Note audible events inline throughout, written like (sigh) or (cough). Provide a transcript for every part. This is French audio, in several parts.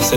C'est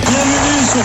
Bienvenue sur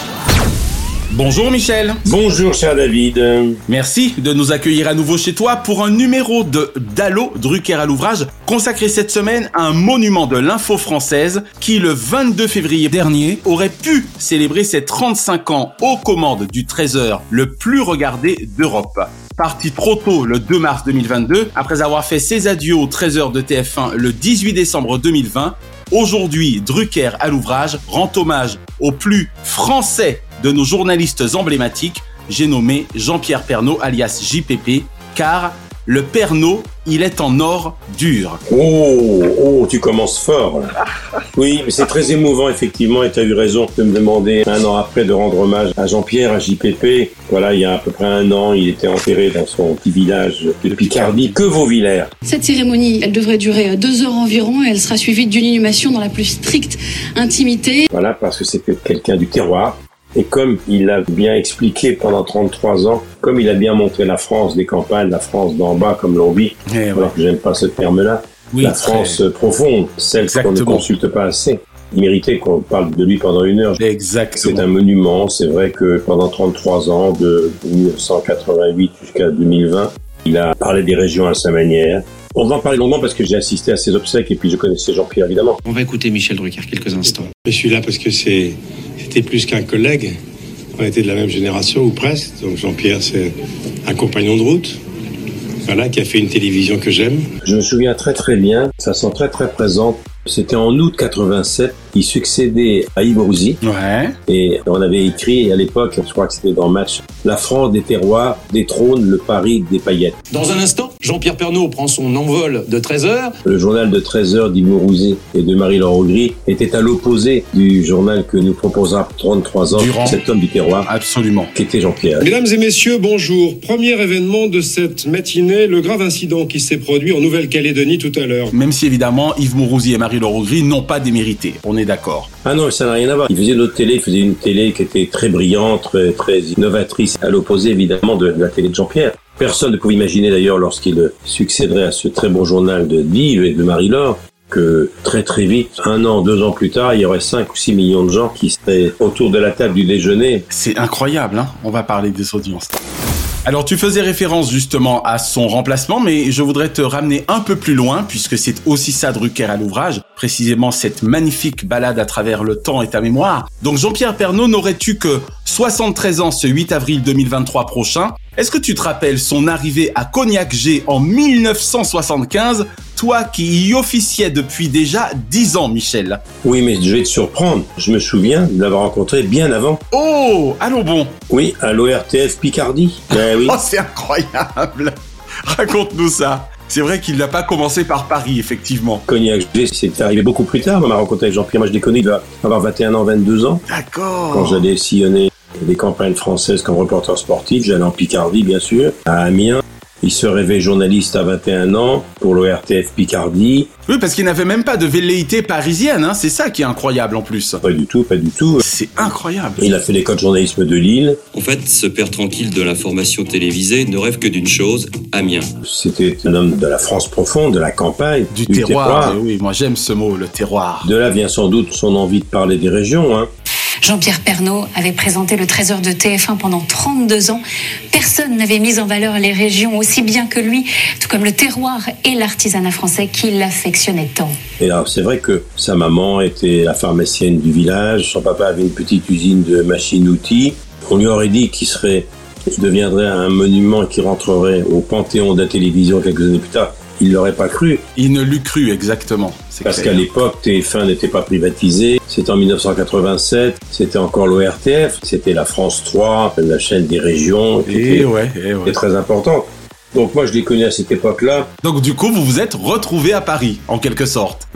Bonjour Michel. Bonjour cher David. Merci de nous accueillir à nouveau chez toi pour un numéro de Dallo Drucker à l'ouvrage consacré cette semaine à un monument de l'info française qui le 22 février dernier aurait pu célébrer ses 35 ans aux commandes du Trésor le plus regardé d'Europe parti trop tôt le 2 mars 2022, après avoir fait ses adieux au 13h de TF1 le 18 décembre 2020, aujourd'hui Drucker à l'ouvrage rend hommage au plus français de nos journalistes emblématiques, j'ai nommé Jean-Pierre Pernaud alias JPP, car le Pernaud, il est en or dur. Oh, oh, tu commences fort. Oui, mais c'est très émouvant, effectivement, et tu as eu raison de me demander un an après de rendre hommage à Jean-Pierre, à JPP. Voilà, il y a à peu près un an, il était enterré dans son petit village de Picardie, que Vauvillers. Cette cérémonie, elle devrait durer euh, deux heures environ et elle sera suivie d'une inhumation dans la plus stricte intimité. Voilà, parce que c'était quelqu'un du terroir. Et comme il l'a bien expliqué pendant 33 ans, comme il a bien montré la France des campagnes, la France d'en bas, comme l'on dit, eh alors ouais. que j'aime pas ce terme-là, oui, la France très... profonde, celle qu'on ne consulte pas assez. Il méritait qu'on parle de lui pendant une heure. Exactement. C'est un monument. C'est vrai que pendant 33 ans, de 1988 jusqu'à 2020, il a parlé des régions à sa manière. On va en parler longuement parce que j'ai assisté à ses obsèques et puis je connaissais Jean-Pierre évidemment. On va écouter Michel Drucker quelques instants. Je suis là parce que c'est c'était plus qu'un collègue. On était de la même génération ou presque. Donc Jean-Pierre, c'est un compagnon de route. Voilà, qui a fait une télévision que j'aime. Je me souviens très très bien, ça sent très très présente. C'était en août 87, il succédait à Yves Rouzy. Ouais. Et on avait écrit à l'époque, je crois que c'était dans le Match, La France des terroirs détrône le Paris des paillettes. Dans un instant, Jean-Pierre Pernaud prend son envol de 13 heures. Le journal de 13 heures d'Yves Rouzy et de Marie-Laure Augry était à l'opposé du journal que nous proposera 33 ans, Durant. cet homme du terroir. Absolument. Qui était Jean-Pierre. Mesdames et messieurs, bonjour. Premier événement de cette matinée, le grave incident qui s'est produit en Nouvelle-Calédonie tout à l'heure. Même si évidemment, Yves Mourouzi et Marie-Laure n'ont pas démérité. On est d'accord. Ah non, ça n'a rien à voir. Il faisait une autre télé, il faisait une télé qui était très brillante, très, très innovatrice, à l'opposé évidemment de, de la télé de Jean-Pierre. Personne ne pouvait imaginer d'ailleurs lorsqu'il succéderait à ce très bon journal de Dive et de Marie-Laure que très très vite, un an, deux ans plus tard, il y aurait 5 ou 6 millions de gens qui seraient autour de la table du déjeuner. C'est incroyable, hein on va parler des audiences. Alors tu faisais référence justement à son remplacement, mais je voudrais te ramener un peu plus loin, puisque c'est aussi ça Drucker à l'ouvrage, précisément cette magnifique balade à travers le temps et ta mémoire. Donc Jean-Pierre Pernaud n'aurait eu que 73 ans ce 8 avril 2023 prochain. Est-ce que tu te rappelles son arrivée à Cognac G en 1975, toi qui y officiais depuis déjà 10 ans, Michel Oui, mais je vais te surprendre. Je me souviens de l'avoir rencontré bien avant. Oh, allons bon Oui, à l'ORTF Picardie. Ben Eh oui. oh, c'est incroyable Raconte-nous ça c'est vrai qu'il n'a pas commencé par Paris, effectivement. Cognac G, c'est arrivé beaucoup plus tard. On m'a rencontré avec Jean-Pierre. Moi, je l'ai connu, il doit avoir 21 ans, 22 ans. D'accord. Quand j'allais sillonner des campagnes françaises comme reporter sportif, j'allais en Picardie, bien sûr, à Amiens. Il se réveille journaliste à 21 ans pour le RTF Picardie. Oui, parce qu'il n'avait même pas de velléité parisienne, hein. c'est ça qui est incroyable en plus. Pas du tout, pas du tout. C'est incroyable. Il a fait l'école de journalisme de Lille. En fait, ce père tranquille de l'information télévisée ne rêve que d'une chose, Amiens. C'était un homme de la France profonde, de la campagne, du, du terroir. terroir. Oui, moi j'aime ce mot, le terroir. De là vient sans doute son envie de parler des régions. Hein. Jean-Pierre Pernaud avait présenté le Trésor de TF1 pendant 32 ans. Personne n'avait mis en valeur les régions aussi bien que lui, tout comme le terroir et l'artisanat français qui l'affectionnait tant. Et alors, c'est vrai que sa maman était la pharmacienne du village, son papa avait une petite usine de machines-outils. On lui aurait dit qu'il serait, qu deviendrait un monument qui rentrerait au panthéon de la télévision quelques années plus tard. Il l'aurait pas cru. Il ne l'eût cru, exactement. Parce qu'à l'époque, TF1 n'était pas privatisé. C'était en 1987. C'était encore l'ORTF. C'était la France 3, la chaîne des régions. Et était, Eh ouais, et ouais. très importante. Donc moi, je l'ai connu à cette époque-là. Donc du coup, vous vous êtes retrouvé à Paris, en quelque sorte.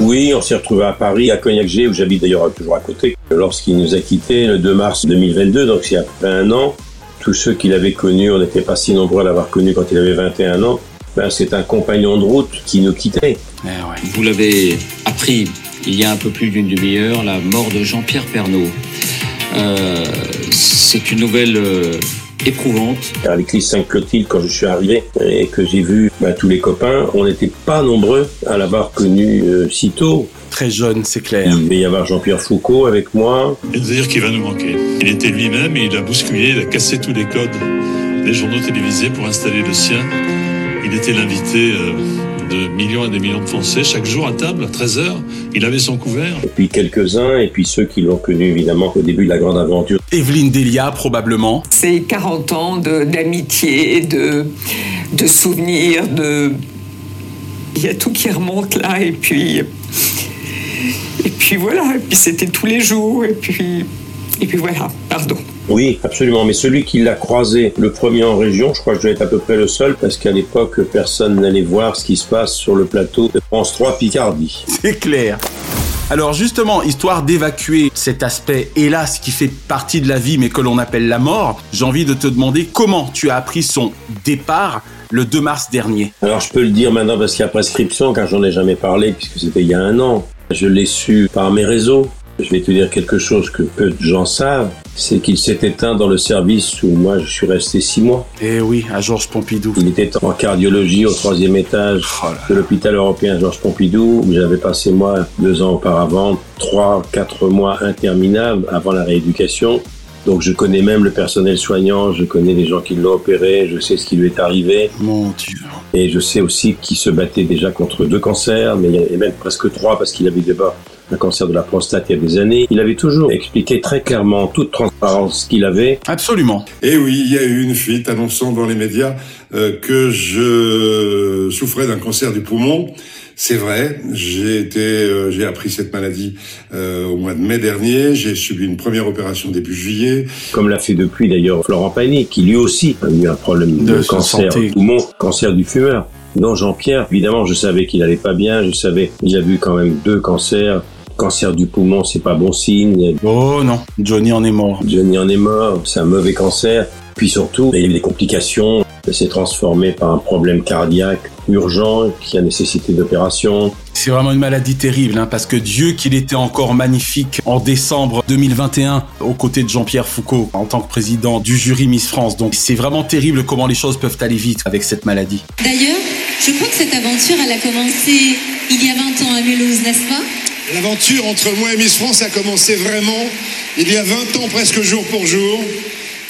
oui, on s'est retrouvé à Paris, à Cognac-G, où j'habite d'ailleurs toujours à côté, lorsqu'il nous a quittés le 2 mars 2022, donc c'est à peu près un an. Tous ceux qu'il avait connus, on n'était pas si nombreux à l'avoir connu quand il avait 21 ans, ben, c'est un compagnon de route qui nous quittait. Eh ouais. Vous l'avez appris il y a un peu plus d'une demi-heure, la mort de Jean-Pierre Pernaud. Euh, c'est une nouvelle euh, éprouvante. À l'église Sainte-Clotilde, quand je suis arrivé et que j'ai vu ben, tous les copains, on n'était pas nombreux à l'avoir connu euh, si tôt. Très jeune, c'est clair. Il va y avoir Jean-Pierre Foucault avec moi. C'est-à-dire qu'il va nous manquer. Il était lui-même et il a bousculé, il a cassé tous les codes des journaux télévisés pour installer le sien. Il était l'invité euh, de millions et des millions de Français. Chaque jour à table, à 13h, il avait son couvert. Et puis quelques-uns, et puis ceux qui l'ont connu évidemment au début de la grande aventure. Evelyne Delia, probablement. C'est 40 ans d'amitié, de, de, de souvenirs, de. Il y a tout qui remonte là, et puis. Et puis voilà, et puis c'était tous les jours, et puis. Et puis voilà, pardon. Oui, absolument. Mais celui qui l'a croisé le premier en région, je crois que je dois être à peu près le seul, parce qu'à l'époque, personne n'allait voir ce qui se passe sur le plateau de France 3 Picardie. (laughs) C'est clair. Alors justement, histoire d'évacuer cet aspect, hélas, qui fait partie de la vie, mais que l'on appelle la mort, j'ai envie de te demander comment tu as appris son départ le 2 mars dernier. Alors je peux le dire maintenant parce qu'il y a prescription, car j'en ai jamais parlé, puisque c'était il y a un an. Je l'ai su par mes réseaux, je vais te dire quelque chose que peu de gens savent, c'est qu'il s'est éteint dans le service où moi je suis resté six mois. Eh oui, à Georges Pompidou. Il était en cardiologie au troisième étage oh de l'hôpital européen Georges Pompidou, où j'avais passé moi deux ans auparavant, trois, quatre mois interminables avant la rééducation. Donc je connais même le personnel soignant, je connais les gens qui l'ont opéré, je sais ce qui lui est arrivé. Mon Dieu. Et je sais aussi qu'il se battait déjà contre deux cancers, mais il y même presque trois parce qu'il avait d'abord un cancer de la prostate il y a des années. Il avait toujours expliqué très clairement, en toute transparence, ce qu'il avait. Absolument. Et oui, il y a eu une fuite annonçant dans les médias euh, que je souffrais d'un cancer du poumon. C'est vrai, j'ai été, euh, j'ai appris cette maladie euh, au mois de mai dernier. J'ai subi une première opération début juillet. Comme l'a fait depuis d'ailleurs Florent Pagny, qui lui aussi a eu un problème de, de cancer du poumon, cancer du fumeur. Non, Jean-Pierre, évidemment, je savais qu'il allait pas bien. Je savais, il a vu quand même deux cancers cancer du poumon, c'est pas bon signe. Oh non, Johnny en est mort. Johnny en est mort, c'est un mauvais cancer. Puis surtout, il y a eu des complications. s'est transformé par un problème cardiaque urgent qui a nécessité d'opération. C'est vraiment une maladie terrible, hein, parce que Dieu qu'il était encore magnifique en décembre 2021 aux côtés de Jean-Pierre Foucault en tant que président du jury Miss France. Donc c'est vraiment terrible comment les choses peuvent aller vite avec cette maladie. D'ailleurs, je crois que cette aventure, elle a commencé il y a 20 ans à Mulhouse, n'est-ce pas L'aventure entre moi et Miss France a commencé vraiment il y a 20 ans, presque jour pour jour,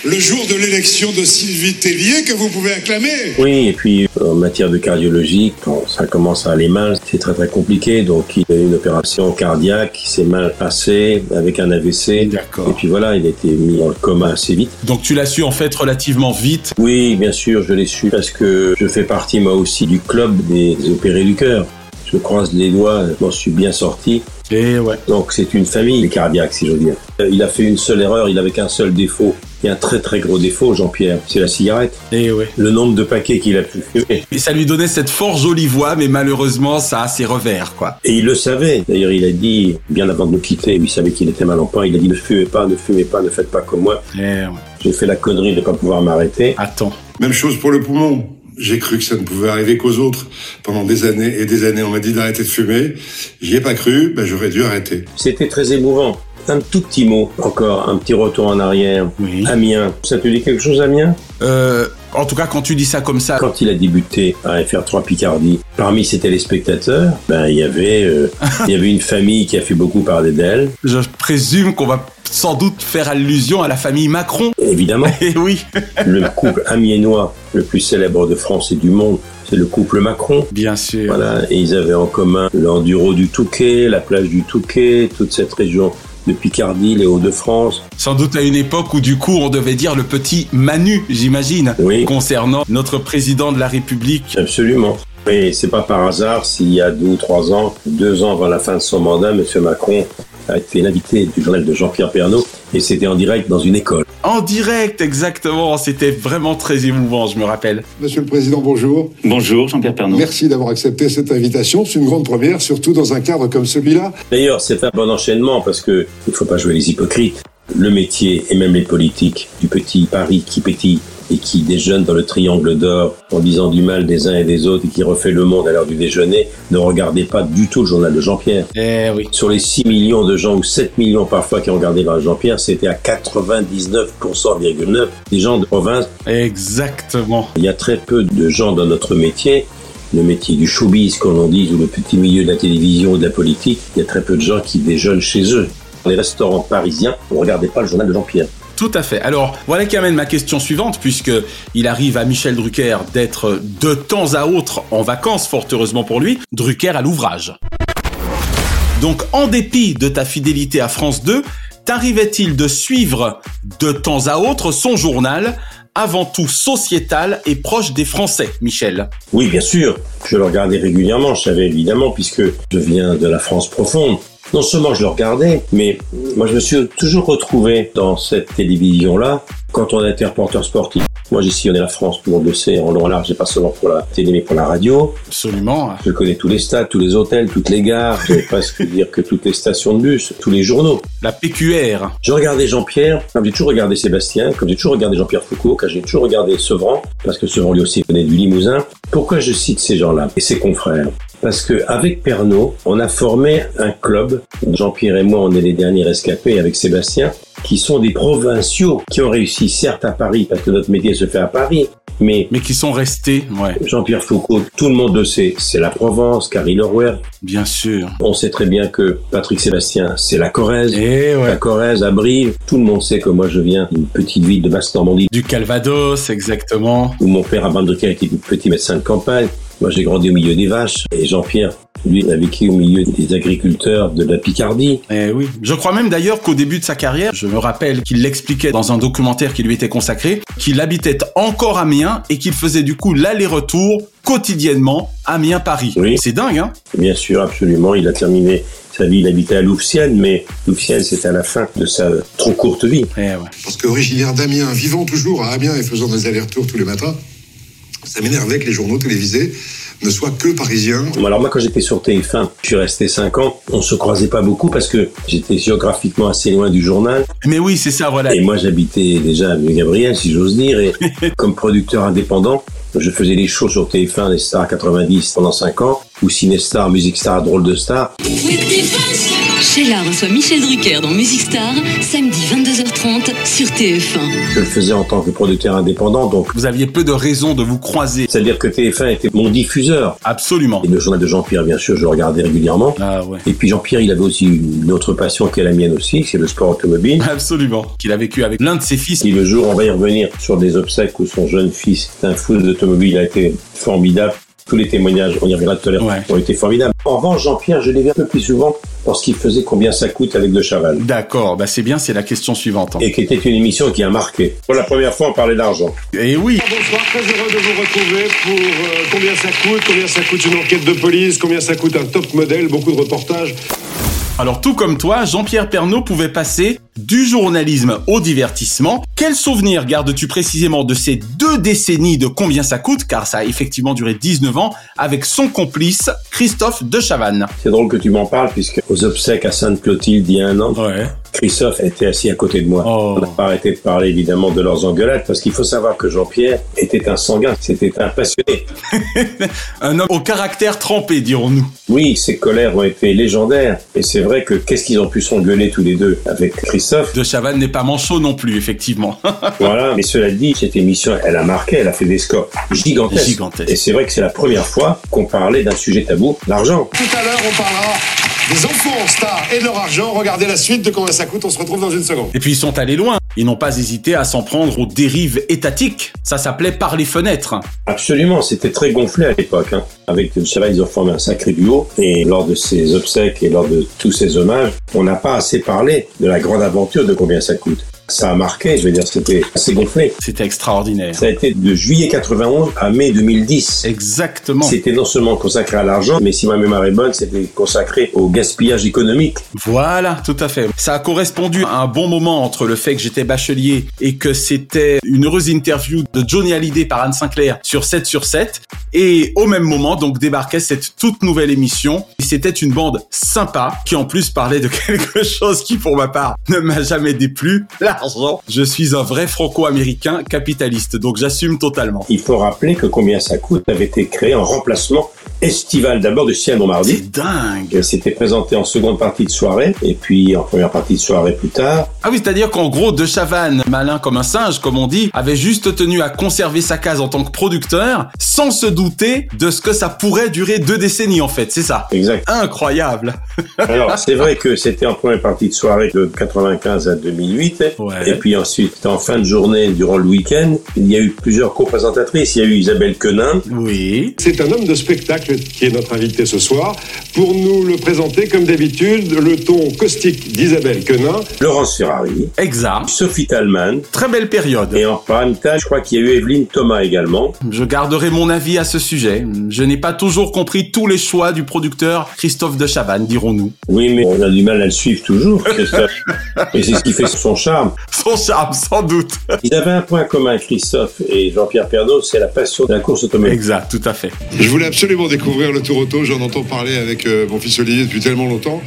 le jour de l'élection de Sylvie Tellier que vous pouvez acclamer. Oui, et puis euh, en matière de cardiologie, quand ça commence à aller mal, c'est très très compliqué. Donc il y a eu une opération cardiaque qui s'est mal passée avec un AVC. D'accord. Et puis voilà, il a été mis dans le coma assez vite. Donc tu l'as su en fait relativement vite Oui, bien sûr, je l'ai su parce que je fais partie moi aussi du club des opérés du cœur je croise les doigts, je m'en suis bien sorti. Et Eh ouais. Donc c'est une famille cardiaque, si je veux dire. Euh, Il a fait une seule erreur, il avait qu'un seul défaut. Il y a un très très gros défaut, Jean-Pierre, c'est la cigarette. Et Eh ouais. Le nombre de paquets qu'il a pu fumer. Et ça lui donnait cette fort jolie voix, mais malheureusement, ça a ses revers, quoi. Et il le savait. D'ailleurs, il a dit, bien avant de nous quitter, il savait qu'il était mal en point, il a dit ne fumez pas, ne fumez pas, ne faites pas comme moi. Et Eh ouais. J'ai fait la connerie de ne pas pouvoir m'arrêter. Attends. Même chose pour le poumon J'ai cru que ça ne pouvait arriver qu'aux autres. Pendant des années et des années, on m'a dit d'arrêter de fumer. J'y ai pas cru, ben j'aurais dû arrêter. C'était très émouvant. Un tout petit mot, encore un petit retour en arrière. Amiens, ça te dit quelque chose, Amiens Euh, en tout cas, quand tu dis ça comme ça, Quand il a débuté à FR3 Picardie, parmi ses téléspectateurs, ben, il y avait, euh, il y avait une famille qui a fait beaucoup parler d'elle. je présume qu'on va sans doute faire allusion à la famille Macron. (laughs) Évidemment. Et oui. le couple amiénois le plus célèbre de France et du monde, c'est le couple Macron. Bien sûr. Voilà, et ils avaient en commun l'enduro du Touquet, la plage du Touquet, toute cette région de Picardie, les Hauts-de-France. Sans doute à une époque où du coup on devait dire le petit Manu, j'imagine, concernant notre président de la République. Absolument. Et c'est pas par hasard s'il y a deux ou trois ans, deux ans avant la fin de son mandat, M. Macron a été l'invité du journal de Jean-Pierre Pernaud et c'était en direct dans une école. En direct, exactement. C'était vraiment très émouvant, je me rappelle. Monsieur le Président, bonjour. Bonjour, Jean-Pierre Pernaud. Merci d'avoir accepté cette invitation. C'est une grande première, surtout dans un cadre comme celui-là. D'ailleurs, c'est un bon enchaînement parce que il faut pas jouer les hypocrites. Le métier et même les politiques du petit Paris qui pétille et qui déjeune dans le triangle d'or en disant du mal des uns et des autres et qui refait le monde à l'heure du déjeuner, ne regardez pas du tout le journal de Jean-Pierre. Eh Sur les 6 millions de gens ou 7 millions parfois qui regardaient le Jean-Pierre, c'était à 99,9% des gens de province. Exactement. Il y a très peu de gens dans notre métier le métier du showbiz, comme on dit, ou le petit milieu de la télévision ou de la politique, il y a très peu de gens qui déjeunent chez eux. Dans les restaurants parisiens, vous ne regardez pas le journal de Jean-Pierre. Tout à fait. Alors, voilà qui amène ma question suivante, puisque il arrive à Michel Drucker d'être de temps à autre en vacances, fort heureusement pour lui, Drucker à l'ouvrage. Donc, en dépit de ta fidélité à France 2, t'arrivait-il de suivre de temps à autre son journal, avant tout sociétal et proche des Français, Michel Oui, bien sûr, je le regardais régulièrement, je savais évidemment, puisque je viens de la France profonde. Non seulement je le regardais, mais moi je me suis toujours retrouvé dans cette télévision-là quand on était reporter sportif. Moi j'ai sillonné la France, tout le monde le sait, en long, en large, et pas seulement pour la télé, mais pour la radio. Absolument. Je connais tous les stades, tous les hôtels, toutes les gares, je vais presque dire que toutes les stations de bus, tous les journaux. La PQR. Je regardais Jean-Pierre, comme j'ai toujours regardé Sébastien, comme j'ai toujours regardé Jean-Pierre Foucault, comme j'ai toujours regardé Sevran, parce que Sevran lui aussi venait du Limousin. Pourquoi je cite ces gens-là et ses confrères Parce que avec Pernaud, on a formé un club. Jean-Pierre et moi, on est les derniers rescapés avec Sébastien, qui sont des provinciaux qui ont réussi certes à Paris, parce que notre métier se fait à Paris, mais Mais qui sont restés, ouais. Jean-Pierre Foucault, tout le monde le sait, c'est la Provence, Carrie Orwell. Bien sûr. On sait très bien que Patrick Sébastien, c'est la Corrèze. Eh ouais. La Corrèze, à Brive. Tout le monde sait que moi, je viens d'une petite ville de Basse-Normandie Du Calvados, exactement. où mon père, Abraham Drucker, était petit médecin de campagne. Moi, j'ai grandi au milieu des vaches. Et Jean-Pierre, lui, a vécu au milieu des agriculteurs de la Picardie. Eh oui. Je crois même d'ailleurs qu'au début de sa carrière, je me rappelle qu'il l'expliquait dans un documentaire qui lui était consacré, qu'il habitait encore Amiens et qu'il faisait du coup l'aller-retour quotidiennement Amiens-Paris. Oui. C'est dingue, hein Bien sûr, absolument. Il a terminé sa vie, il habitait à Louvciennes, mais Louvciennes, c'est à la fin de sa trop courte vie. Eh ouais. Parce qu'originaire d'Amiens, vivant toujours à Amiens et faisant des allers-retours tous les matins, ça m'énervait que les journaux télévisés ne soient que parisiens. Bon, Alors moi, quand j'étais sur TF1, je suis resté 5 ans. On se croisait pas beaucoup parce que j'étais géographiquement assez loin du journal. Mais oui, c'est ça, voilà. Et moi, j'habitais déjà à Avenue Gabriel, si j'ose dire, et comme producteur indépendant, je faisais les shows sur TF1 des stars 90 pendant 5 ans, ou Cinestar, Music Star, Drôle de Star. Sheila reçoit Michel Drucker dans Music Star, samedi 22h30 sur TF1. Je le faisais en tant que producteur indépendant, donc Vous aviez peu de raisons de vous croiser. c'est-à-dire que TF1 était mon diffuseur. Absolument. Et le journal de Jean-Pierre, bien sûr, je le regardais régulièrement. Ah ouais. (laughs) Et puis Jean-Pierre, il avait aussi une autre passion qui est la mienne aussi, c'est le sport automobile. Absolument. Qu'il a vécu avec l'un de ses fils. Si le jour, on va y revenir sur des obsèques où son jeune fils, un fou d'automobile, a été formidable. Tous les témoignages, on y reviendra tout à l'heure, Ouais. ont été formidables. En revanche, Jean-Pierre, je l'ai vu un peu plus souvent lorsqu'il faisait combien ça coûte avec De Chaval. D'accord, bah c'est bien, c'est la question suivante. hein. Et qui était une émission qui a marqué. Pour la première fois, on parlait d'argent. Et Eh oui, Bonsoir, très heureux de vous retrouver pour euh, combien ça coûte, combien ça coûte une enquête de police, combien ça coûte un top modèle, beaucoup de reportages. Alors tout comme toi, Jean-Pierre Pernaud pouvait passer du journalisme au divertissement. Quel souvenir gardes-tu précisément de ces deux décennies de combien ça coûte, car ça a effectivement duré 19 ans, avec son complice, Christophe de Chavannes C'est drôle que tu m'en parles, puisque aux obsèques à Sainte-Clotilde, il y a un an, Ouais. Christophe était assis à côté de moi. On n'a pas arrêté de parler évidemment de leurs engueulades parce qu'il faut savoir que Jean-Pierre était un sanguin, c'était un passionné. un homme au caractère trempé, dirons-nous. Oui, ses colères ont été légendaires et c'est vrai que qu'est-ce qu'ils ont pu s'engueuler tous les deux avec (laughs) Christophe. De Chavannes n'est pas manchot non plus, effectivement. (laughs) voilà, mais cela dit, cette émission, elle a marqué, elle a fait des scores gigantesques. Gigantesques. Et c'est vrai que c'est la première fois qu'on parlait d'un sujet tabou, l'argent. Tout à l'heure, on parlera des enfants stars et de leur argent. Regardez la suite de Combien ça coûte, on se retrouve dans une seconde. Et puis ils sont allés loin. Ils n'ont pas hésité à s'en prendre aux dérives étatiques. Ça s'appelait par les fenêtres. Absolument, c'était très gonflé à l'époque. hein. Avec le Chaval, ils ont formé un sacré duo. Et lors de ses obsèques et lors de tous ses hommages, on n'a pas assez parlé de la grande aventure de combien ça coûte. Ça a marqué, je veux dire, c'était assez gonflé. C'était extraordinaire. Ça a été de juillet 91 à mai 2010. Exactement. C'était non seulement consacré à l'argent, mais si ma mémoire est bonne, c'était consacré au gaspillage économique. Voilà, tout à fait. Ça a correspondu à un bon moment entre le fait que j'étais bachelier et que c'était une heureuse interview de Johnny Hallyday par Anne Sinclair sur 7 sur 7. Et au même moment, donc, débarquait cette toute nouvelle émission. Et c'était une bande sympa qui en plus parlait de (laughs) quelque chose qui, pour ma part, ne m'a jamais déplu, l'argent. Je suis un vrai franco-américain capitaliste, donc j'assume totalement. Il faut rappeler que combien ça coûte avait été créé en remplacement estival d'abord de Ciel Mardi. C'est dingue. Et C'était présenté en seconde partie de soirée et puis en première partie de soirée plus tard. Ah oui, c'est-à-dire qu'en gros, De Chavannes, malin comme un singe, comme on dit, avait juste tenu à conserver sa case en tant que producteur, sans se douter de ce que ça pourrait durer deux décennies en fait, c'est ça (laughs) Exact. Incroyable Alors, c'est vrai que c'était en première partie de soirée de 95 à 2008. Et puis ensuite, en fin de journée, durant le week-end, il y a eu plusieurs co-présentatrices. Il y a eu Isabelle Quenin. Oui. C'est un homme de spectacle qui est notre invité ce soir pour nous le présenter comme d'habitude, le ton caustique d'Isabelle Quenin. Laurence Ferrari. Exact. Sophie Talman. Très belle période. Et en prime time, je crois qu'il y a eu Evelyne Thomas également. Je garderai mon avis à ce sujet. Je n'ai pas toujours compris tous les choix du producteur Christophe De Chavannes, dirons-nous. (laughs) Oui, mais on a du mal à le suivre toujours. Christophe. et c'est ce qui fait son charme. Son charme, sans doute. Ils avaient un point commun, Christophe et Jean-Pierre Pernaut, c'est la passion de la course automobile. Exact, tout à fait. Je voulais absolument découvrir le Tour Auto. J'en entends parler avec euh, mon fils Olivier depuis tellement longtemps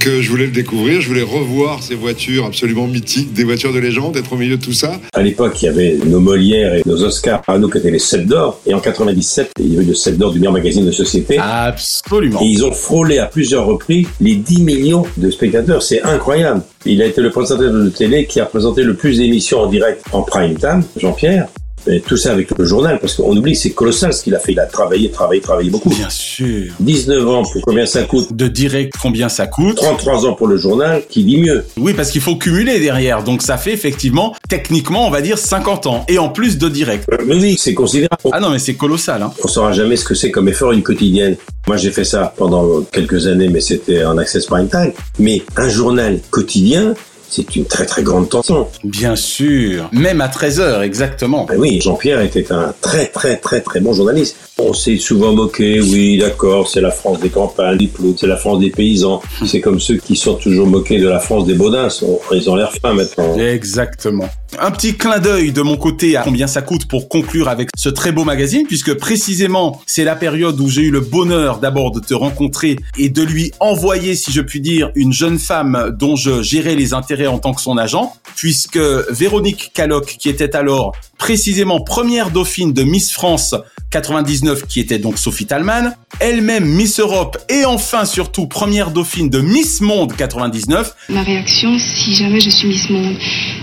que je voulais le découvrir. Je voulais revoir ces voitures absolument mythiques, des voitures de légende, être au milieu de tout ça. À l'époque, il y avait nos Molières et nos Oscars à nous qui étaient les 7 d'or. Et en 97, il y avait le 7 d'or du meilleur magazine de société. Ah, Absolument. Et ils ont frôlé à plusieurs reprises les 10 millions de spectateurs. C'est incroyable. Il a été le présentateur de télé qui a présenté le plus d'émissions en direct en prime time, Jean-Pierre. Et tout ça avec le journal, parce qu'on oublie, c'est colossal ce qu'il a fait. Il a travaillé, travaillé, travaillé beaucoup. Bien sûr. 19 ans pour combien ça coûte De direct, combien ça coûte 33 ans pour le journal, qui dit mieux. Oui, parce qu'il faut cumuler derrière. Donc ça fait effectivement, techniquement, on va dire 50 ans. Et en plus de direct. Euh, Mais oui, c'est considérable. Ah non, mais c'est colossal. Hein. On saura jamais ce que c'est comme effort une quotidienne. Moi, j'ai fait ça pendant quelques années, mais c'était en access prime time. Mais un journal quotidien, c'est une très très grande tension. Bien sûr. Même à 13h, exactement. Ben oui, Jean-Pierre était un très très très très bon journaliste. On s'est souvent moqué, oui, d'accord, c'est la France des campagnes, des ploucs, c'est la France des paysans. C'est comme ceux qui sont toujours moqués de la France des Baudins. On- Ils ont l'air fins maintenant. Exactement. Un petit clin d'œil de mon côté à combien ça coûte pour conclure avec ce très beau magazine, puisque précisément c'est la période où j'ai eu le bonheur d'abord de te rencontrer et de lui envoyer, si je puis dire, une jeune femme dont je gérais les intérêts en tant que son agent, puisque Véronique Caloc, qui était alors précisément première dauphine de Miss France 99, qui était donc Sophie Talman, elle-même Miss Europe et enfin surtout première dauphine de Miss Monde 99, Ma réaction, si jamais je suis Miss Monde.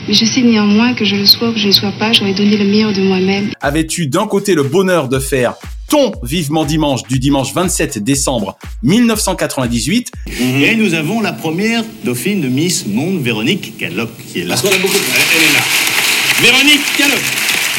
Mais je sais néanmoins que je le sois ou que je ne sois pas, j'aurais donné le meilleur de moi-même. avait eu d'un côté le bonheur de faire Ton vivement dimanche du dimanche 27 décembre 1998 Et nous avons la première dauphine de Miss Monde, Véronique Galloc, qui est là. Elle, elle est là. Véronique Galloc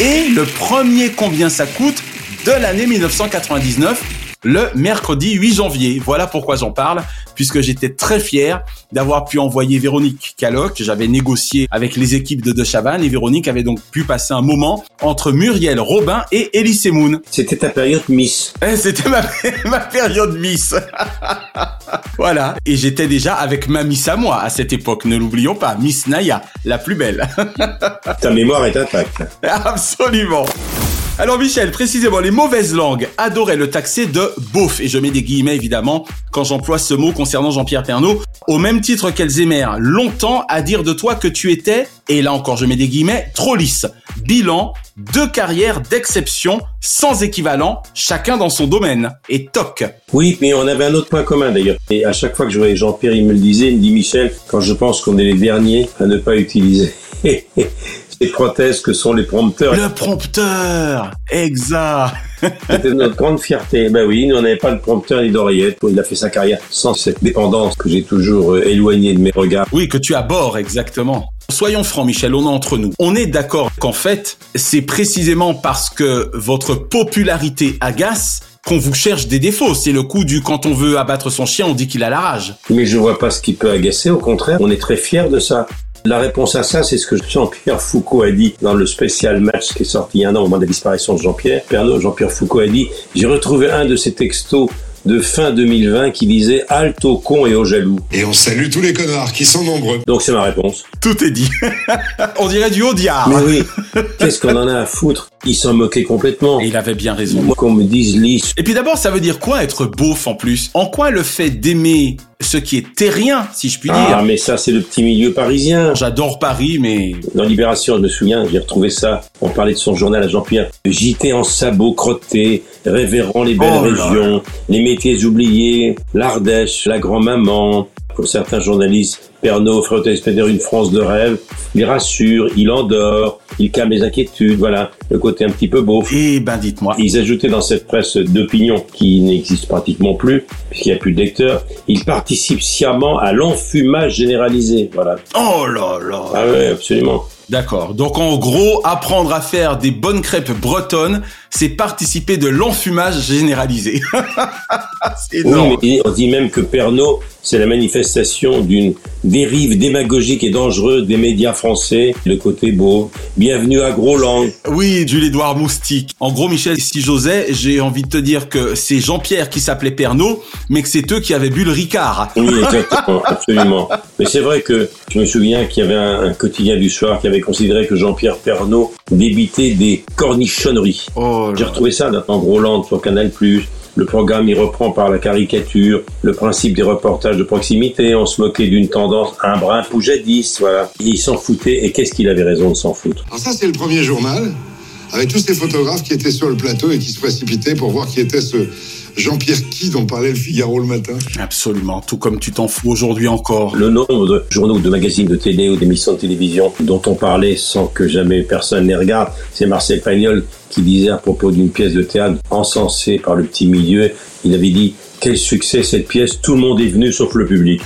et le premier combien ça coûte de l'année 1999 le mercredi 8 janvier. Voilà pourquoi j'en parle, puisque j'étais très fier d'avoir pu envoyer Véronique Caloc. J'avais négocié avec les équipes de De Chavannes et Véronique avait donc pu passer un moment entre Muriel Robin et Elie Semoun. C'était ta période Miss. Eh, C'était ma, (laughs) ma période Miss. (laughs) voilà. Et j'étais déjà avec ma Miss à moi à cette époque. Ne l'oublions pas, Miss Naya, la plus belle. (laughs) Ta mémoire est intacte. Absolument. Alors Michel, précisément, les mauvaises langues adoraient le taxer de beauf. Et je mets des guillemets évidemment quand j'emploie ce mot concernant Jean-Pierre Pernaud. Au même titre qu'elles aimèrent longtemps à dire de toi que tu étais, et là encore je mets des guillemets, trop lisse. Bilan, deux carrières d'exception, sans équivalent, chacun dans son domaine. Et toc. Oui, mais on avait un autre point commun d'ailleurs. Et à chaque fois que je voyais Jean-Pierre, il me le disait, il me dit Michel, quand je pense qu'on est les derniers à ne pas utiliser (laughs) ces prothèses que sont les prompteurs. Le prompteur Exact C'était notre grande fierté. Ben oui, nous, on n'avait pas de prompteur ni d'oreillette. Il a fait sa carrière sans cette dépendance que j'ai toujours euh, éloignée de mes regards. Oui, que tu abords, exactement. Soyons francs, Michel, on est entre nous. On est d'accord qu'en fait, c'est précisément parce que votre popularité agace qu'on vous cherche des défauts. C'est le coup du quand on veut abattre son chien, on dit qu'il a la rage. Mais je vois pas ce qui peut agacer, au contraire, on est très fiers de ça. La réponse à ça, c'est ce que Jean-Pierre Foucault a dit dans le spécial match qui est sorti il y a un an au moment de la disparition de Jean-Pierre Pernod. Jean-Pierre Foucault a dit J'ai retrouvé un de ses textos de fin 2020 qui disait halte aux cons et aux jaloux. Et on salue tous les connards qui sont nombreux. Donc c'est ma réponse. Tout est dit. (laughs) on dirait du haut diard. Mais oui, qu'est-ce qu'on en a à foutre Il s'en moquait complètement. Et il avait bien raison. Moi, qu'on me dise lisse. Et puis d'abord, ça veut dire quoi être beauf en plus En quoi le fait d'aimer ce qui est terrien, si je puis dire. Ah, mais ça, c'est le petit milieu parisien. J'adore Paris, mais... Dans Libération, je me souviens, j'ai retrouvé ça. On parlait de son journal à Jean-Pierre. Gité en sabots crottés, révérant les belles oh régions, les métiers oubliés, l'Ardèche, la grand-maman. Pour certains journalistes, Pernod offre aux téléspectateurs une France de rêve. Il rassure, il endort, il calme les inquiétudes. Voilà, le côté un petit peu beau. Eh ben, dites-moi. Ils ajoutaient dans cette presse d'opinion qui n'existe pratiquement plus, puisqu'il n'y a plus de lecteurs, ils participent sciemment à l'enfumage généralisé. Voilà. Oh là là. Ah oui, absolument. D'accord. Donc en gros, apprendre à faire des bonnes crêpes bretonnes, c'est participer de l'enfumage généralisé. (laughs) c'est énorme. Oui, mais on dit même que Pernod, c'est la manifestation d'une dérive démagogique et dangereuse des médias français, le côté beau. Bienvenue à Groland. Oui, Jules-Édouard Moustique. En gros, Michel, si j'osais, j'ai envie de te dire que c'est Jean-Pierre qui s'appelait Pernod, mais que c'est eux qui avaient bu le Ricard. Oui, exactement, (laughs) absolument. Mais c'est vrai que je me souviens qu'il y avait un, un quotidien du soir qui avait considéré que Jean-Pierre Pernaud débitait des cornichonneries. Oh J'ai retrouvé ça dans Groland sur Canal+. Le programme y reprend par la caricature le principe des reportages de proximité. On se moquait d'une tendance un brin poujadiste, voilà. Il s'en foutait et qu'est-ce qu'il avait raison de s'en foutre Alors ça, c'est le premier journal avec tous ces photographes qui étaient sur le plateau et qui se précipitaient pour voir qui était ce Jean-Pierre qui dont parlait le Figaro le matin. Absolument, tout comme tu t'en fous aujourd'hui encore. Le nombre de journaux, de magazines de télé ou d'émissions de télévision dont on parlait sans que jamais personne les regarde, c'est Marcel Pagnol qui disait à propos d'une pièce de théâtre encensée par le petit milieu, il avait dit quel succès cette pièce, tout le monde est venu sauf le public.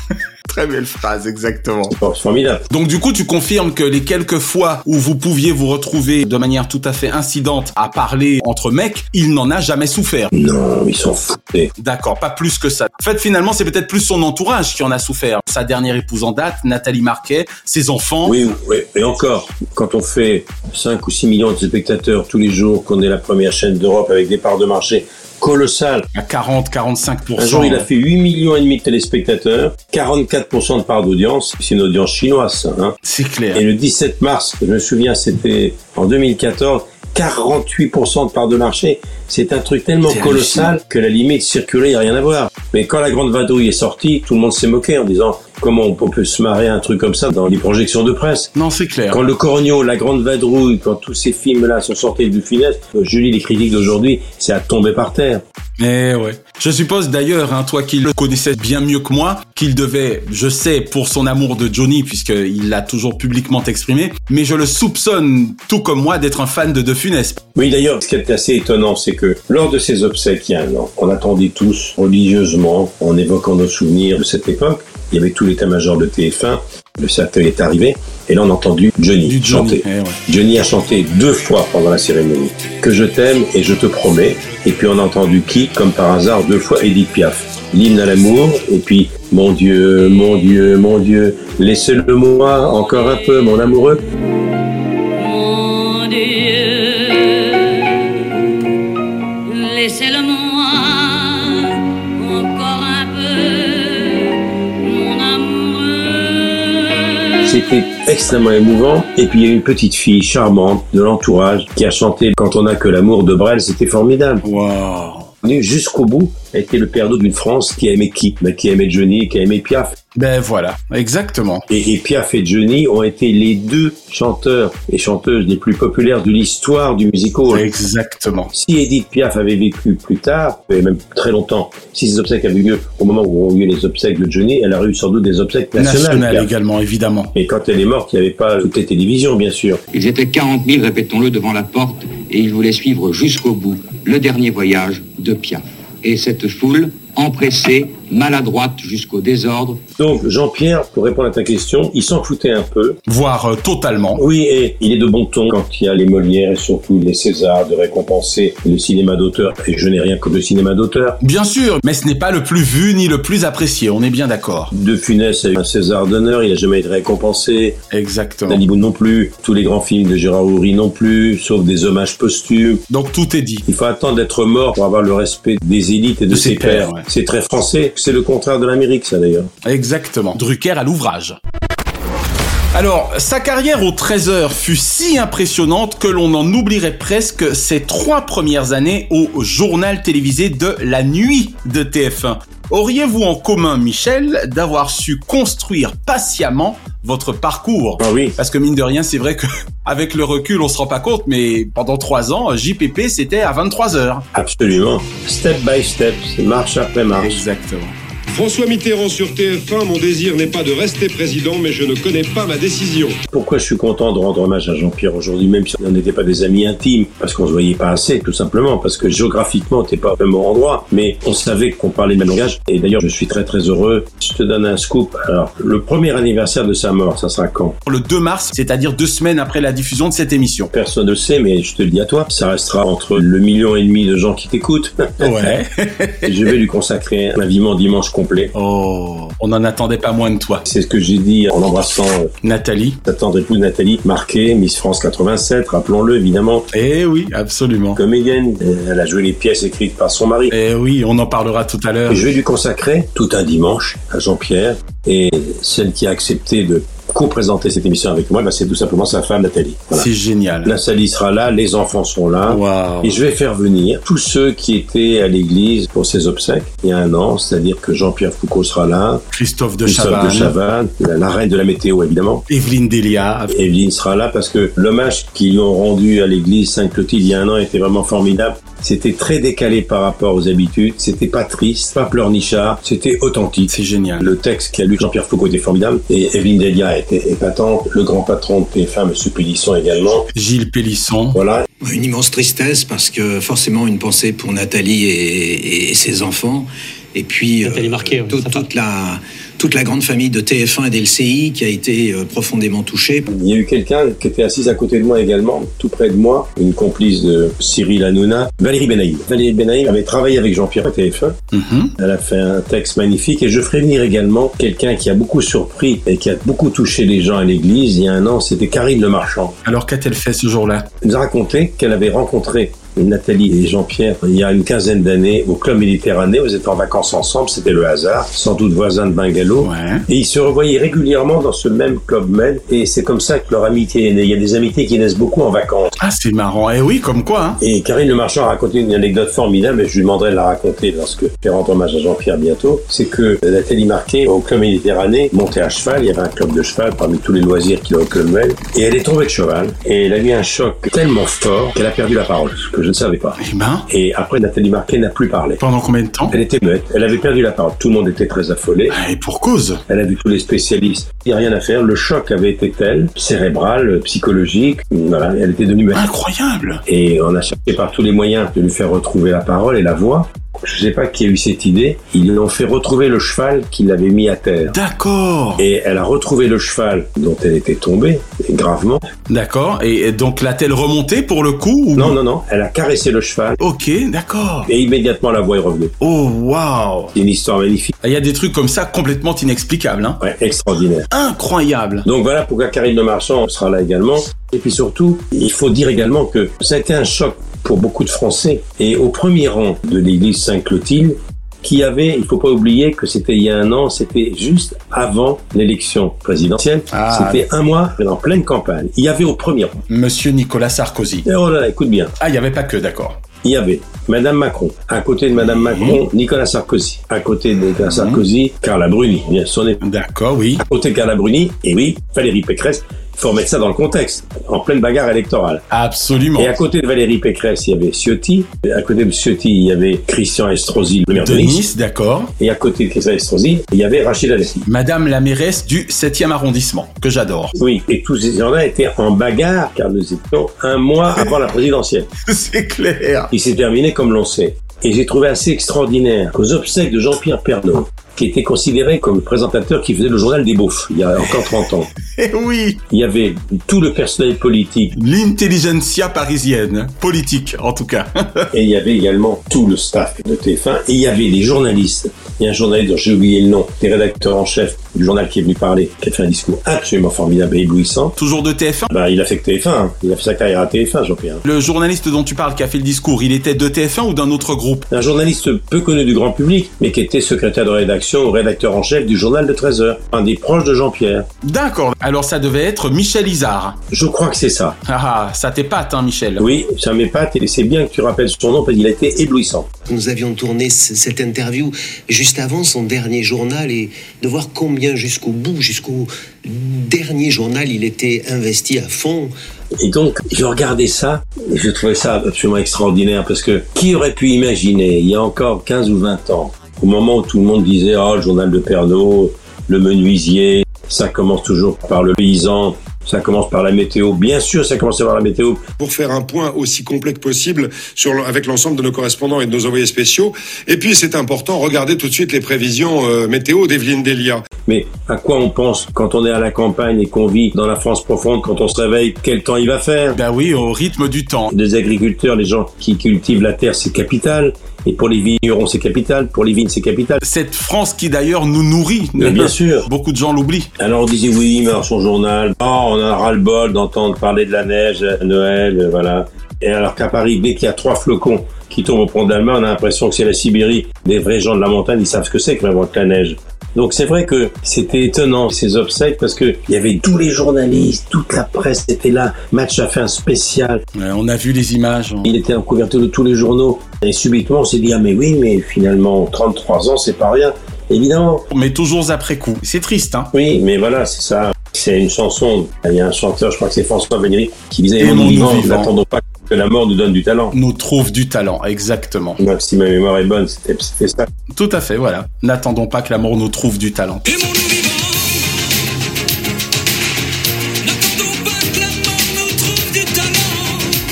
Très belle phrase, exactement. C'est formidable. Donc du coup, tu confirmes que les quelques fois où vous pouviez vous retrouver de manière tout à fait incidente à parler entre mecs, il n'en a jamais souffert. Non, ils s'en foutaient. D'accord, pas plus que ça. En fait, finalement, c'est peut-être plus son entourage qui en a souffert. Sa dernière épouse en date, Nathalie Marquet, ses enfants. Oui, oui. Et encore, quand on fait 5 ou 6 millions de spectateurs tous les jours, qu'on est la première chaîne d'Europe avec des parts de marché colossales. À 40, 45%. Un jour, il a fait 8 millions et demi de téléspectateurs, 44 de part d'audience, c'est une audience chinoise. Hein. C'est clair. Et le 17 mars, je me souviens, c'était en 2014, 48% de part de marché. C'est un truc tellement colossal que la limite circuler, il n'y a rien à voir. Mais quand la grande vadrouille est sortie, tout le monde s'est moqué en disant comment on peut se marrer à un truc comme ça dans les projections de presse. Non, c'est clair. Quand Le Corneau, La Grande Vadrouille, quand tous ces films-là sont sortis du funeste, je lis les critiques d'aujourd'hui, c'est à tomber par terre. Eh ouais. Je suppose d'ailleurs, hein, toi qui le connaissais bien mieux que moi, qu'il devait, je sais, pour son amour de Johnny, puisqu'il l'a toujours publiquement exprimé, mais je le soupçonne, tout comme moi, d'être un fan de De Funès. Oui, d'ailleurs, ce qui est assez étonnant, c'est que lors de ces obsèques, il y a un an, on attendait tous religieusement, en évoquant nos souvenirs de cette époque, il y avait tout l'état-major de TF1, le cercueil est arrivé, et là on a entendu Johnny, du chanter. Johnny, eh ouais. Johnny a chanté deux fois pendant la cérémonie, que je t'aime et je te promets, et puis on a entendu qui, comme par hasard, deux fois Edith Piaf, l'hymne à l'amour, et puis mon Dieu, mon Dieu, mon Dieu, laissez-le moi encore un peu, mon amoureux. Mon Dieu, laissez-le moi encore un peu. C'est C'était extrêmement émouvant. Et puis il y a une petite fille charmante de l'entourage qui a chanté Quand on n'a que l'amour de Brel, c'était formidable. Wow. Jusqu'au bout, a été le père d'eau d'une France qui a aimé qui bah, Qui a aimé Johnny, qui a aimé Piaf. Ben voilà, exactement. Et, et Piaf et Johnny ont été les deux chanteurs et chanteuses les plus populaires de l'histoire du music hall. Exactement. Si Edith Piaf avait vécu plus tard, et même très longtemps, si ses obsèques avaient eu lieu au moment où ont eu les obsèques de Johnny, elle aurait eu sans doute des obsèques nationales. Nationales également, évidemment. Et quand elle est morte, il n'y avait pas toutes les télévisions, bien sûr. Ils étaient 40 000, répétons-le, devant la porte et ils voulaient suivre jusqu'au bout le dernier voyage de Piaf et cette foule empressée, maladroite jusqu'au désordre. Donc Jean-Pierre, pour répondre à ta question, il s'en foutait un peu. Voire euh, totalement. Oui, et il est de bon ton quand il y a les Molières et surtout les Césars de récompenser le cinéma d'auteur. Et je n'ai rien contre le cinéma d'auteur. Bien sûr, mais ce n'est pas le plus vu ni le plus apprécié, on est bien d'accord. De Funès a eu un César d'honneur, il n'a jamais été récompensé. Exactement. Danibou non plus, tous les grands films de Gérard Houry non plus, sauf des hommages posthumes. Donc tout est dit. Il faut attendre d'être mort pour avoir le respect des élites et de, de ses, ses, pairs. pairs ouais. C'est très français, c'est le contraire de l'Amérique, ça d'ailleurs. Exactement. Drucker à l'ouvrage. Alors, sa carrière au Trésor fut si impressionnante que l'on en oublierait presque ses trois premières années au journal télévisé de la nuit de TF1. Auriez-vous en commun, Michel, d'avoir su construire patiemment votre parcours Ah oui. Parce que mine de rien, c'est vrai que (laughs) avec le recul, on se rend pas compte, mais pendant trois ans, JPP, c'était à 23 heures. Absolument. Step by step, marche après marche. Exactement. François Mitterrand sur TF1, mon désir n'est pas de rester président, mais je ne connais pas ma décision. Pourquoi je suis content de rendre hommage à Jean-Pierre aujourd'hui, même si on n'était pas des amis intimes, parce qu'on se voyait pas assez, tout simplement, parce que géographiquement, t'es pas au même endroit, mais on savait qu'on parlait le même langage, et d'ailleurs, je suis très très heureux. Je te donne un scoop. Alors, le premier anniversaire de sa mort, ça sera quand Le 2 mars, c'est-à-dire deux semaines après la diffusion de cette émission. Personne ne le sait, mais je te le dis à toi, ça restera entre le million et demi de gens qui t'écoutent. (laughs) Ouais. je vais lui consacrer un vivement dimanche complet. Oh, on n'en attendait pas moins de toi. C'est ce que j'ai dit en embrassant euh, Nathalie. Ta tendre épouse Nathalie Marquet, Miss France 87, rappelons-le évidemment. Eh oui, absolument. Comédienne, euh, elle a joué les pièces écrites par son mari. Eh oui, on en parlera tout à l'heure. Je vais lui consacrer tout un dimanche à Jean-Pierre et celle qui a accepté de co-présenter cette émission avec moi, bah c'est tout simplement sa femme Nathalie. Voilà. Hein C'est génial. Nathalie sera là, les enfants sont là. Wow. Et je vais faire venir tous ceux qui étaient à l'église pour ses obsèques il y a un an, c'est-à-dire que Jean-Pierre Foucault sera là. Christophe de Christophe Chavannes. De Chavannes la, la, reine de la météo, évidemment. Evelyne Delia. Evelyne sera là parce que l'hommage qu'ils ont rendu à l'église Sainte-Clotilde il y a un an était vraiment formidable. C'était très décalé par rapport aux habitudes. C'était pas triste, pas pleurnichard. C'était authentique. C'est génial. Le texte qu'a lu Jean-Pierre Foucault était formidable. Et Evelyne Delia était épatante. Le grand patron de TF1, M. Pélisson également. Gilles Pélisson. Voilà. Une immense tristesse parce que forcément une pensée pour Nathalie et, et ses enfants. Et puis euh, marqué, tout, oui, toute, la, toute la grande famille de TF1 et d'LCI qui a été euh, profondément touchée. Il y a eu quelqu'un qui était assise à côté de moi également, tout près de moi, une complice de Cyril Hanouna, Valérie Benaïm. Valérie Benaïm avait travaillé avec Jean-Pierre à TF1. Mm -hmm. Elle a fait un texte magnifique et je ferai venir également quelqu'un qui a beaucoup surpris et qui a beaucoup touché les gens à l'église. Il y a un an, c'était Karine Le Marchand. Alors qu'a-t-elle fait ce jour-là Elle nous a raconté qu'elle avait rencontré Nathalie et Jean-Pierre il y a une quinzaine d'années au club méditerranéen. Vous êtes en vacances ensemble, c'était le hasard, sans doute voisin de Bungalow. Ouais. Et ils se revoyaient régulièrement dans ce même club med. Et c'est comme ça que leur amitié est née. Il y a des amitiés qui naissent beaucoup en vacances. Ah, c'est marrant. Et eh oui, comme quoi. Hein. Et Karine Le Marchand a raconté une anecdote formidable, et je lui demanderai de la raconter lorsque je rendre hommage à Jean-Pierre bientôt. C'est que Nathalie Marquet, au club méditerranéen, montait à cheval. Il y avait un club de cheval parmi tous les loisirs qu'il y a au club med. Et elle est tombée de cheval. Et elle a eu un choc tellement fort qu'elle a perdu la parole. Que je je ne savais pas. Eh ben, et après, Nathalie Marquet n'a plus parlé. Pendant combien de temps Elle était muette. Elle avait perdu la parole. Tout le monde était très affolé. Ben, Et pour cause Elle a vu tous les spécialistes. Il n'y a rien à faire. Le choc avait été tel, cérébral, psychologique. Voilà, elle était devenue muette. Incroyable Et on a cherché par tous les moyens de lui faire retrouver la parole et la voix je sais pas qui a eu cette idée, ils l'ont fait retrouver le cheval qu'il avait mis à terre. D'accord. Et elle a retrouvé le cheval dont elle était tombée, et gravement. D'accord. Et donc l'a-t-elle remonté pour le coup ou... Non, non, non. Elle a caressé le cheval. Ok, d'accord. Et immédiatement la voix est revenue. Oh, waouh. C'est une histoire magnifique. Il y a des trucs comme ça complètement inexplicables. Hein. Ouais, extraordinaire. Incroyable. Donc voilà pourquoi Karine Le Marchand sera là également. Et puis surtout, il faut dire également que ça a été un choc pour beaucoup de Français. Et au premier rang de l'église Saint-Clotilde, qui avait, il faut pas oublier que c'était il y a un an, c'était juste avant l'élection présidentielle. Ah, c'était un mois en pleine campagne. Il y avait au premier rang. Monsieur Nicolas Sarkozy. Et oh là là, écoute bien. Ah, il n'y avait pas que, d'accord. Il y avait Madame Macron, à côté de Madame Macron, Nicolas Sarkozy, à côté de Nicolas Sarkozy, Carla Bruni, bien son épouse. D'accord, oui. À côté de Carla Bruni, et oui, Valérie Pécresse. Il faut remettre ça dans le contexte, en pleine bagarre électorale. Absolument. Et à côté de Valérie Pécresse, il y avait Ciotti. À côté de Ciotti, il y avait Christian Estrosi, le maire de De Nice. Nice, d'accord. Et à côté de Christian Estrosi, il y avait Rachida Dati. Madame la mairesse du 7e arrondissement, que (laughs) j'adore. Oui, et tous ces gens-là étaient en bagarre, car nous étions un mois avant la présidentielle. C'est clair. Il s'est terminé comme l'on sait. Et j'ai trouvé assez extraordinaire qu'aux obsèques de Jean-Pierre Pernaut, qui était considéré comme le présentateur qui faisait le journal des beaufs, il y a encore 30 ans, Eh oui, il y avait tout le personnel politique, l'intelligentsia parisienne, politique en tout cas. (laughs) et il y avait également tout le staff de TF1, et il y avait des journalistes. Il y a un journaliste dont j'ai oublié le nom, des rédacteurs en chef du journal qui est venu parler, qui a fait un discours absolument formidable et éblouissant. Toujours de TF1. Bah, il a fait que TF1, hein. il a fait sa carrière à TF1, Jean-Pierre. Le journaliste dont tu parles qui a fait le discours, il était de TF1 ou d'un autre groupe un journaliste peu connu du grand public, mais qui était secrétaire de rédaction ou rédacteur en chef du journal de 13 heures, un des proches de Jean-Pierre. D'accord, alors ça devait être Michel Isard. Je crois que c'est ça. Ah, ah, ça t'épate, hein, Michel Oui, ça m'épate et c'est bien que tu rappelles son nom parce qu'il a été éblouissant. Nous avions tourné c- cette interview juste avant son dernier journal et de voir combien jusqu'au bout, jusqu'au dernier journal, il était investi à fond. Et donc, je regardais ça et je trouvais ça absolument extraordinaire parce que qui aurait pu imaginer, il y a encore 15 ou 20 ans, au moment où tout le monde disait Ah, le journal de Pernod, le menuisier, ça commence toujours par le paysan, ça commence par la météo. Bien sûr, ça commençait par la météo. pour faire un point aussi complet que possible sur, le- avec l'ensemble de nos correspondants et de nos envoyés spéciaux. Et puis, c'est important, regardez tout de suite les prévisions euh, météo d'Evelyne Delia. Mais à quoi on pense quand on est à la campagne et qu'on vit dans la France profonde, quand on se réveille, quel temps il va faire Bah oui, au rythme du temps. Les agriculteurs, les gens qui cultivent la terre, c'est capital. Et pour les vignerons, c'est capital. Pour les vignes, c'est capital. Cette France qui d'ailleurs nous nourrit. Euh, Mais bien sûr. Beaucoup de gens l'oublient. Alors on disait oui, mais alors son journal, oh, on a ras-le-bol d'entendre parler de la neige à Noël, euh, voilà. Et alors qu'à Paris, dès qu'il y a trois flocons qui tombent au pont d'Allemagne, on a l'impression que c'est la Sibérie. Les vrais gens de la montagne, ils savent ce que c'est que vraiment que la neige. Donc c'est vrai que c'était étonnant ces obsèques parce que il y avait tous les journalistes, toute la presse était là. Match a fait un spécial. Ouais, Euh, on a vu les images. hein. Il était en couverture de tous les journaux. Et subitement on s'est dit ah mais oui mais finalement 33 ans c'est pas rien. Évidemment. Mais toujours après coup. C'est triste, hein Oui mais voilà c'est ça. C'est une chanson. Il y a un chanteur je crois que c'est François Valéry qui disait Et les nous vivants, vivants. n'attendons pas que la mort nous donne du talent. Nous trouve du talent, exactement. Donc, si ma mémoire est bonne c'était c'était ça. Tout à fait, voilà. N'attendons pas que l'amour nous trouve du talent.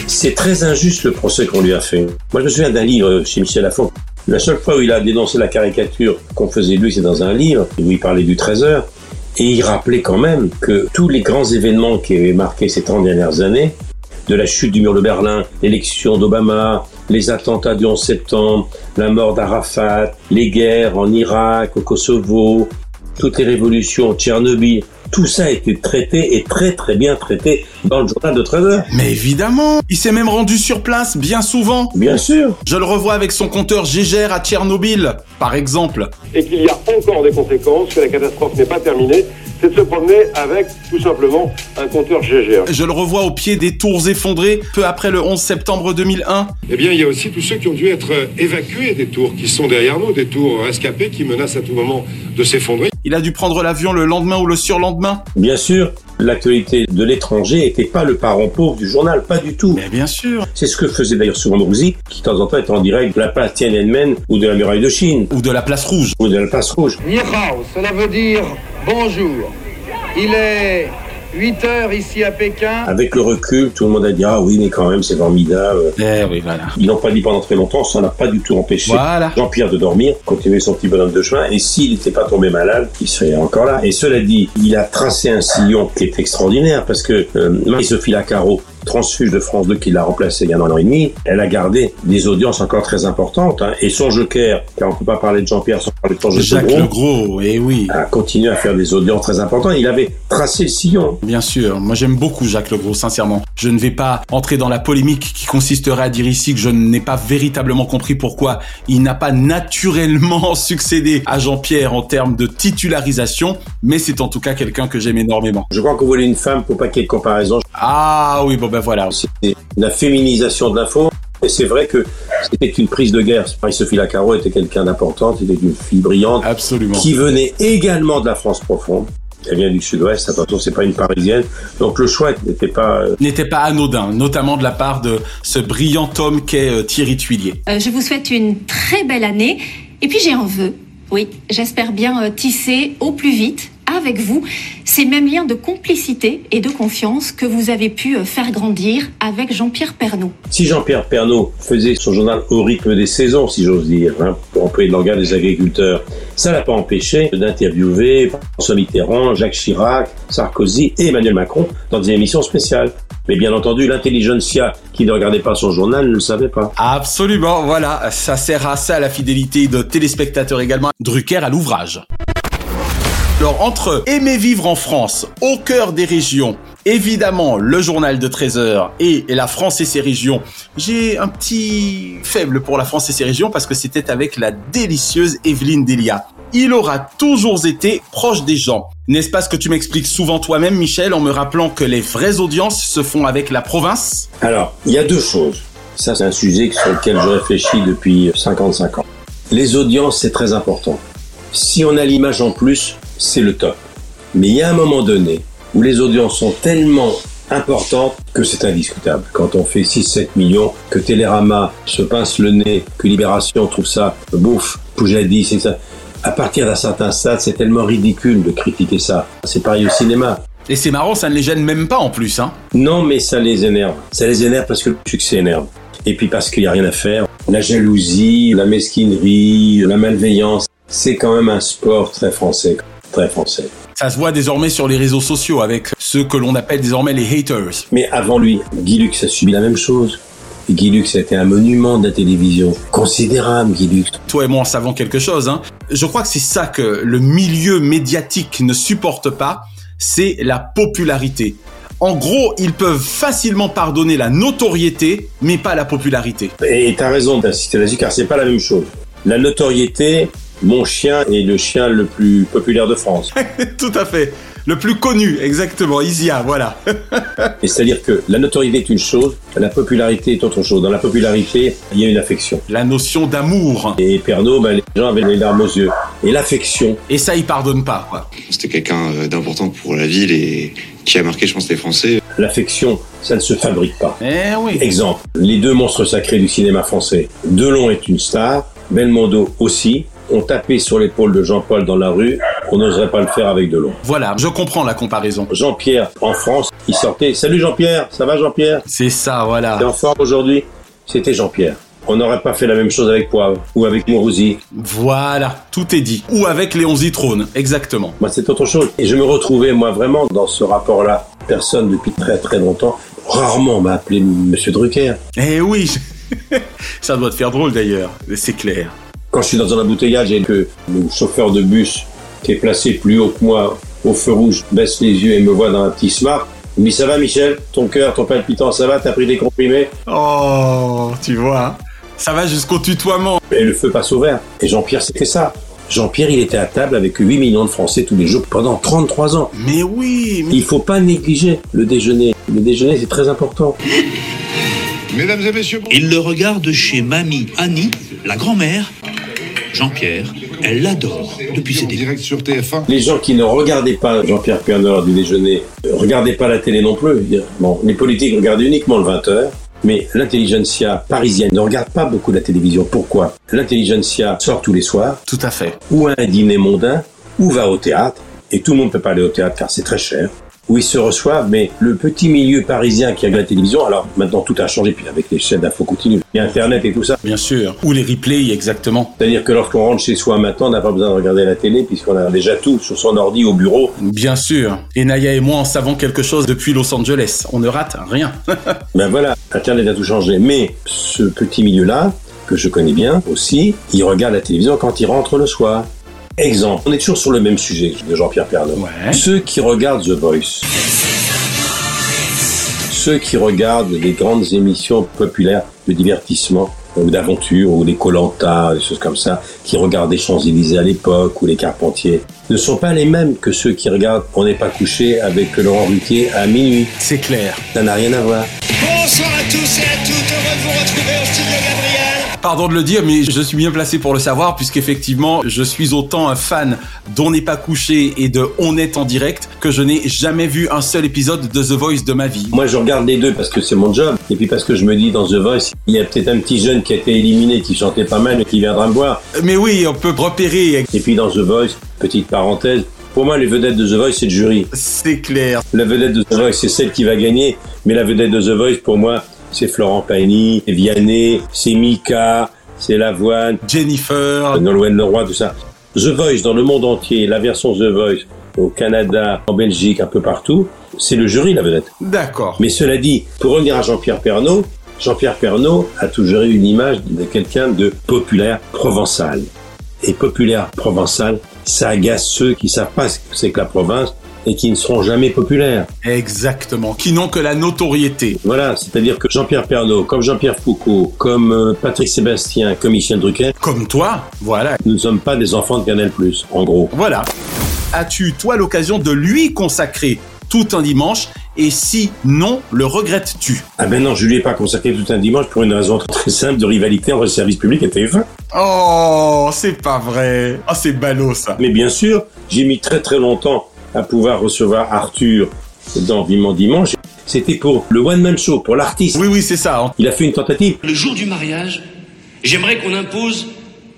C'est très injuste le procès qu'on lui a fait. Moi, je me souviens d'un livre euh, chez Michel Lafon. La seule fois où il a dénoncé la caricature qu'on faisait de lui, c'est dans un livre où il parlait du 13 heures. Et il rappelait quand même que tous les grands événements qui avaient marqué ces 30 dernières années, de la chute du mur de Berlin, l'élection d'Obama, les attentats du 11 septembre, la mort d'Arafat, les guerres en Irak, au Kosovo, toutes les révolutions, Tchernobyl, tout ça a été traité et très très bien traité dans le journal de 13 heures. Mais évidemment, il s'est même rendu sur place bien souvent. Bien sûr. Je le revois avec son compteur Gégère à Tchernobyl, par exemple. Et qu'il y a encore des conséquences, que la catastrophe n'est pas terminée, c'est de se promener avec tout simplement un compteur GGR. Je le revois au pied des tours effondrées peu après le 11 septembre 2001. Eh bien, il y a aussi tous ceux qui ont dû être euh, évacués des tours qui sont derrière nous, des tours rescapées qui menacent à tout moment de s'effondrer. Il a dû prendre l'avion le lendemain ou le surlendemain. Bien sûr, l'actualité de l'étranger n'était pas le parent pauvre du journal, pas du tout. Mais bien sûr. C'est ce que faisait d'ailleurs souvent Brouzy, qui de temps en temps était en direct de la place Tiananmen ou de la muraille de Chine Ou de la place rouge. ou de la place rouge. Ni hao, cela veut dire bonjour. Il est 8 heures ici à Pékin. Avec le recul, tout le monde a dit ah oui mais quand même c'est formidable. Eh oui, voilà. Ils n'ont pas dit pendant très longtemps, ça n'a pas du tout empêché Voilà. Jean-Pierre de dormir, continuer son petit bonhomme de chemin. Et s'il n'était pas tombé malade, il serait encore là. Et cela dit, il a tracé un sillon qui est extraordinaire parce que euh, Marie-Sophie Lacaro, transfuge de France 2 qui l'a remplacé il y a un an et demi, elle a gardé des audiences encore très importantes. hein. Et son joker, car on peut pas parler de Jean-Pierre sans parler de son joker, Jacques Le Gros, et oui. a continué à faire des audiences très importantes. Il avait tracé le sillon. Bien sûr, moi j'aime beaucoup Jacques Legros, sincèrement. Je ne vais pas entrer dans la polémique qui consisterait à dire ici que je n'ai pas véritablement compris pourquoi il n'a pas naturellement (laughs) succédé à Jean-Pierre en termes de titularisation, mais c'est en tout cas quelqu'un que j'aime énormément. Je crois qu'on voulait une femme pour pas qu'il y ait de comparaison. Ah oui, bon ben voilà. C'est la féminisation de l'info. Et c'est vrai que c'était une prise de guerre. Marie-Sophie Lacaro était quelqu'un d'importante, était une fille brillante. Absolument. Qui venait également de la France profonde. Elle vient du sud-ouest, attention, c'est pas une parisienne. Donc le choix n'était pas euh, N'était pas anodin, notamment de la part de ce brillant homme qu'est euh, Thierry Tuilier. Euh, je vous souhaite une très belle année. Et puis j'ai un vœu. Oui, j'espère bien euh, tisser au plus vite avec vous ces mêmes liens de complicité et de confiance que vous avez pu euh, faire grandir avec Jean-Pierre Pernaut. Si Jean-Pierre Pernaud faisait son journal au rythme des saisons, si j'ose dire, hein, pour employer le langage des agriculteurs, ça l'a pas empêché d'interviewer François Mitterrand, Jacques Chirac, Sarkozy et Emmanuel Macron dans des émissions spéciales. Mais bien entendu, l'intelligentsia qui ne regardait pas son journal ne le savait pas. Absolument, voilà, ça sert à ça la fidélité de téléspectateurs également. Drucker à l'ouvrage. Alors entre aimer vivre en France, au cœur des régions, évidemment le journal de 13 heures et la France et ses régions, j'ai un petit faible pour la France et ses régions parce que c'était avec la délicieuse Evelyne Delia. Il aura toujours été proche des gens. N'est-ce pas ce que tu m'expliques souvent toi-même, Michel, en me rappelant que les vraies audiences se font avec la province Alors, il y a deux choses. Ça, c'est un sujet sur lequel je réfléchis depuis 55 ans. Les audiences, c'est très important. Si on a l'image en plus, c'est le top. Mais il y a un moment donné où les audiences sont tellement importantes que c'est indiscutable. Quand on fait 6-7 millions, que Télérama se pince le nez, que Libération trouve ça bouffe, Poujadis, c'est ça. À partir d'un certain stade, c'est tellement ridicule de critiquer ça. C'est pareil au cinéma. Et c'est marrant, ça ne les gêne même pas en plus, hein. Non, mais ça les énerve. Ça les énerve parce que le succès énerve. Et puis parce qu'il n'y a rien à faire. La jalousie, la mesquinerie, la malveillance, c'est quand même un sport très français. Très français. Ça se voit désormais sur les réseaux sociaux avec ceux que l'on appelle désormais les haters. Mais avant lui, Guy Lux a subi la même chose. Et Guy Lux a été un monument de la télévision. Considérable, Guy Lux. Toi et moi en savons quelque chose, hein. Je crois que c'est ça que le milieu médiatique ne supporte pas, c'est la popularité. En gros, ils peuvent facilement pardonner la notoriété, mais pas la popularité. (laughs) Et t'as raison d'insister là-dessus, car c'est pas la même chose. La notoriété, mon chien est le chien le plus populaire de France. Tout à fait. Le plus connu, exactement, Isia, voilà. (laughs) Et c'est-à-dire que la notoriété est une chose, la popularité est autre chose. Dans la popularité, il y a une affection. La notion d'amour. Et Pernod, ben, les gens avaient les larmes aux yeux. Et l'affection, Et ça, ils pardonnent pas. quoi. C'était quelqu'un euh, d'important pour la ville et qui a marqué, je pense, les Français. l'affection, ça ne se fabrique pas. Eh oui. Exemple, les deux monstres sacrés du cinéma français, Delon est une star, Belmondo aussi, ont tapé sur l'épaule de Jean-Paul dans la rue, on n'oserait pas le faire avec Delon. Voilà, je comprends la comparaison. Jean-Pierre, en France, il sortait, salut Jean-Pierre, ça va Jean-Pierre C'est ça, voilà. T'es en forme aujourd'hui C'était Jean-Pierre. On n'aurait pas fait la même chose avec Poivre ou avec Mourouzi. Voilà, tout est dit. Ou avec Léon Zitrone, exactement. Moi, c'est autre chose. Et je me retrouvais, moi, vraiment dans ce rapport-là. Personne depuis très très longtemps, rarement m'a appelé Monsieur Drucker. Eh oui (laughs) Ça doit te faire drôle d'ailleurs, c'est clair. Quand je suis dans un embouteillage et que le chauffeur de bus qui est placé plus haut que moi au feu rouge baisse les yeux et me voit dans un petit smart, il me dit ça va Michel, ton cœur, ton palpitant, ça va, t'as pris des comprimés Oh, tu vois, hein. ça va jusqu'au tutoiement. et le feu passe au vert. Et Jean-Pierre, c'était ça. Jean-Pierre, il était à table avec 8 millions de Français tous les jours pendant 33 ans. Mais oui, mais... Il faut pas négliger le déjeuner. Le déjeuner, c'est très important. Mesdames et messieurs, bon- Il le regarde chez Mamie Annie, la grand-mère. Jean-Pierre, elle l'adore depuis ses en débuts. direct sur TF1. Les gens qui ne regardaient pas Jean-Pierre Pernod du déjeuner, euh, regardaient pas la télé non plus. Bon, les politiques regardaient uniquement le 20h. Mais l'intelligentsia parisienne ne regarde pas beaucoup la télévision. Pourquoi L'intelligentsia sort tous les soirs, Tout à fait. ou à un dîner mondain, ou va au théâtre. Et tout le monde peut pas aller au théâtre car c'est très cher. où ils se reçoivent, mais le petit milieu parisien qui a la télévision, alors maintenant tout a changé, puis avec les chaînes d'infos continues, et Internet et tout ça. Bien sûr, ou les replays exactement. C'est-à-dire que lorsqu'on rentre chez soi maintenant, on n'a pas besoin de regarder la télé, puisqu'on a déjà tout sur son ordi au bureau. Bien sûr. Et Naya et moi en savons quelque chose depuis Los Angeles. On ne rate rien. ben voilà, Internet a tout changé, mais ce petit milieu-là, que je connais bien aussi, il regarde la télévision quand il rentre le soir. Exemple, on est toujours sur le même sujet de Jean-Pierre Pernaut. Ouais. Ceux qui regardent The Voice, ceux qui regardent les grandes émissions populaires de divertissement ou d'aventure ou les Colanta, des choses comme ça, qui regardent les Champs-Élysées à l'époque ou les Carpentiers, ne sont pas les mêmes que ceux qui regardent On n'est pas couché avec Laurent Ruquier à minuit. C'est clair. Ça n'a rien à voir. Bonsoir à tous et à toutes, heureux de vous retrouver au studio Gabriel. Pardon de le dire, mais je suis bien placé pour le savoir, puisqu'effectivement, je suis autant un fan d'On n'est pas couché et de On est en direct que je n'ai jamais vu un seul épisode de The Voice de ma vie. Moi, je regarde les deux parce que c'est mon job, et puis parce que je me dis dans The Voice, il y a peut-être un petit jeune qui a été éliminé, qui chantait pas mal et qui viendra me voir. Mais oui, on peut repérer. Et puis dans The Voice, petite parenthèse, pour moi, les vedettes de The Voice, c'est le jury. C'est clair. La vedette de The Voice, c'est celle qui va gagner, mais la vedette de The Voice, pour moi, c'est Florent Pagny, c'est Vianney, c'est Mika, c'est Lavoine, Jennifer. Nolwenn Leroy, tout ça. The Voice, dans le monde entier, la version The Voice, au Canada, en Belgique, un peu partout, c'est le jury, la vedette. D'accord. Mais cela dit, pour revenir à Jean-Pierre Pernaud, Jean-Pierre Pernaud a toujours eu une image de quelqu'un de populaire provençal. Et populaire provençal, ça agace ceux qui savent pas ce que c'est que la province et qui ne seront jamais populaires. Exactement. Qui n'ont que la notoriété. Voilà, c'est-à-dire que Jean-Pierre Pernaud, comme Jean-Pierre Foucault, comme euh, Patrick Sébastien, comme Michel Drucker, Comme toi, voilà. nous ne sommes pas des enfants de Canal+, en gros. Voilà. As-tu, toi, l'occasion de lui consacrer tout un dimanche Et si non, le regrettes-tu Ah ben non, je lui ai pas consacré tout un dimanche pour une raison très simple de rivalité entre le service public et TF1. Oh, c'est pas vrai. Oh, c'est ballot, ça. Mais bien sûr, j'ai mis très très longtemps à pouvoir recevoir Arthur dans Vivement Dimanche. C'était pour le One Man Show, pour l'artiste. Oui, oui, c'est ça. hein. Il a fait une tentative. Le jour du mariage, j'aimerais qu'on impose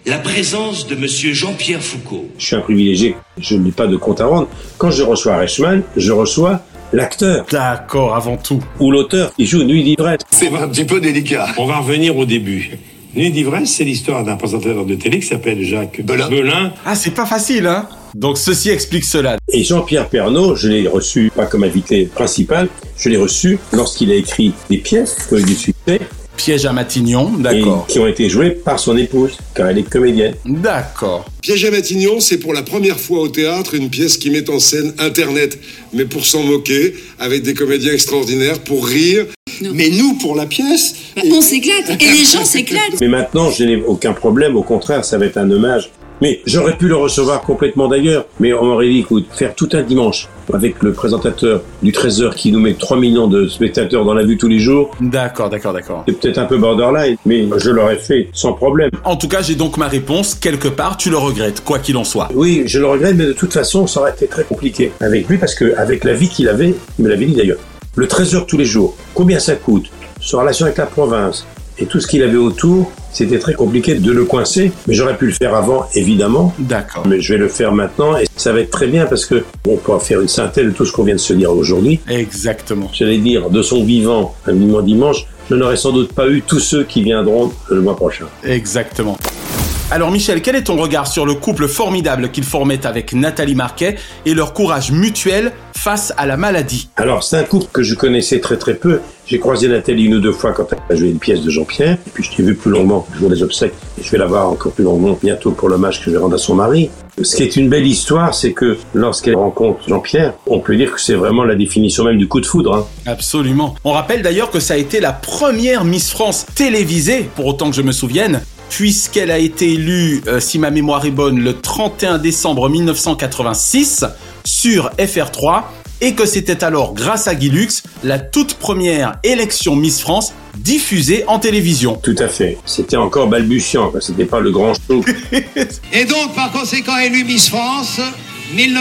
la présence de monsieur Jean-Pierre Foucault. Je suis un privilégié, je n'ai pas de compte à rendre. Quand je reçois Reichmann, je reçois l'acteur D'accord, avant tout. ou l'auteur qui joue Nuit d'ivresse. C'est un petit peu délicat. On va revenir au début. Nuit d'ivresse, c'est l'histoire d'un présentateur de télé qui s'appelle Jacques Belin. Ah, c'est pas facile, hein Donc ceci explique cela. Et Jean-Pierre Pernaud, je l'ai reçu, pas comme invité principal, je l'ai reçu lorsqu'il a écrit des pièces qui ont eu du succès Piège à Matignon, et d'accord. qui ont été jouées par son épouse, car elle est comédienne. D'accord. Piège à Matignon, c'est pour la première fois au théâtre une pièce qui met en scène Internet, mais pour s'en moquer, avec des comédiens extraordinaires, pour rire. Mais nous, pour la pièce, On s'éclate et les gens s'éclatent. Mais maintenant, je n'ai aucun problème, au contraire, ça va être un hommage. Mais j'aurais pu le recevoir complètement d'ailleurs, mais on m'aurait dit, écoute, faire tout un dimanche avec le présentateur du 13h qui nous met 3 millions de spectateurs dans la vue tous les jours, D'accord, d'accord, d'accord. c'est peut-être un peu borderline, mais je l'aurais fait sans problème. En tout cas, j'ai donc ma réponse. Quelque part, tu le regrettes, quoi qu'il en soit. Oui, je le regrette, mais de toute façon, ça aurait été très compliqué avec lui parce que avec la vie qu'il avait, il me l'avait dit d'ailleurs, le 13h tous les jours, combien ça coûte, sa relation avec la province et tout ce qu'il avait autour, c'était très compliqué de le coincer, mais j'aurais pu le faire avant, évidemment. D'accord. Mais je vais le faire maintenant et ça va être très bien parce que on pourra faire une synthèse de tout ce qu'on vient de se dire aujourd'hui. Exactement. J'allais dire, de son vivant, un vivant dimanche, je n'aurais sans doute pas eu tous ceux qui viendront le mois prochain. Exactement. Alors Michel, quel est ton regard sur le couple formidable qu'ils formaient avec Nathalie Marquet et leur courage mutuel face à la maladie Alors, c'est un couple que je connaissais très très peu. J'ai croisé Nathalie une ou deux fois quand elle a joué une pièce de Jean-Pierre. Et puis je t'ai vu plus longuement le jour des obsèques. Et je vais la voir encore plus longuement bientôt pour l'hommage que je vais rendre à son mari. Ce qui est une belle histoire, c'est que lorsqu'elle rencontre Jean-Pierre, on peut dire que c'est vraiment la définition même du coup de foudre. hein. Absolument. On rappelle d'ailleurs que ça a été la première Miss France télévisée, pour autant que je me souvienne, puisqu'elle a été élue, euh, si ma mémoire est bonne, le 31 décembre 1986 sur FR3 et que c'était alors grâce à Guy Lux la toute première élection Miss France diffusée en télévision. Tout à fait. C'était encore balbutiant, quoi. c'était pas le grand show. Et donc, par conséquent, élu Miss France,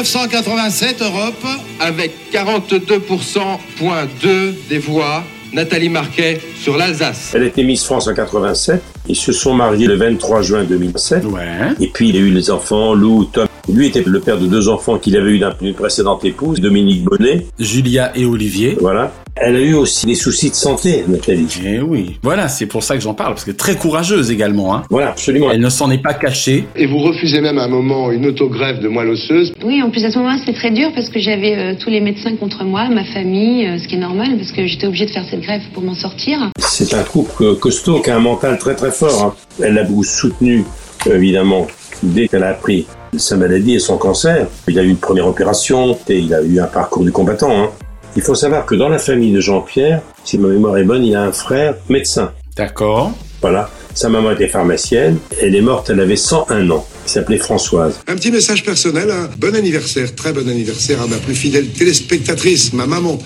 1987 Europe. Avec 42%, point 2 des voix, Nathalie Marquet sur l'Alsace. Elle était Miss France en 87. Ils se sont mariés le 23 juin 2007. Ouais. Et puis il y a eu les enfants, Lou, Tom. Lui était le père de deux enfants qu'il avait eu d'un- d'une précédente épouse, Dominique Bonnet. Julia et Olivier. Voilà. Elle a eu aussi des soucis de santé, Nathalie. Eh oui. Voilà, c'est pour ça que j'en parle, parce que très courageuse également. Hein. Voilà, absolument. Elle ne s'en est pas cachée. Et vous refusez même à un moment une autogreffe de moelle osseuse. Oui, en plus à ce moment-là, c'était très dur parce que j'avais euh, tous les médecins contre moi, ma famille, euh, ce qui est normal parce que j'étais obligée de faire cette grève pour m'en sortir. C'est un couple euh, costaud qui a un mental très très fort. hein. Elle l'a beaucoup soutenu, évidemment, dès qu'elle a appris sa maladie et son cancer. Il a eu une première opération et il a eu un parcours du combattant. hein. Il faut savoir que dans la famille de Jean-Pierre, si ma mémoire est bonne, il a un frère médecin. D'accord. Voilà. Sa maman était pharmacienne. Elle est morte, elle avait 101 ans. Elle s'appelait Françoise. Un petit message personnel, hein. bon anniversaire, très bon anniversaire à ma plus fidèle téléspectatrice, ma maman.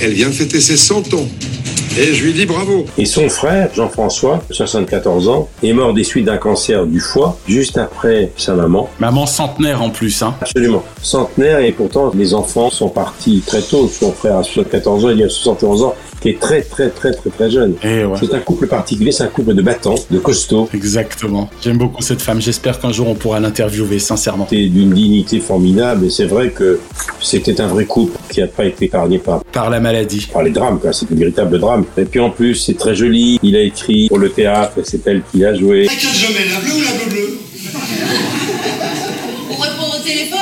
Elle vient de fêter ses 100 ans. Et je lui dis bravo. Et son frère, Jean-François, 74 ans, est mort des suites d'un cancer du foie juste après sa maman. Maman centenaire en plus. Hein. Absolument. Centenaire et pourtant les enfants sont partis très tôt. Son frère a 74 ans, il y a 71 ans, qui est très très très très très jeune. Eh C'est un couple particulier, c'est un couple de battants, de costauds. Exactement. J'aime beaucoup cette femme. J'espère qu'un jour on pourra l'interviewer, sincèrement. C'est d'une dignité formidable et c'est vrai que c'était un vrai couple qui n'a pas été épargné par, par la maladie. Par les drames, quoi. c'est un véritable drame. Et puis en plus, c'est très joli. Il a écrit pour le théâtre et c'est elle qui a joué. Laquelle je mets, la bleue ou la bleu bleue On reprend au téléphone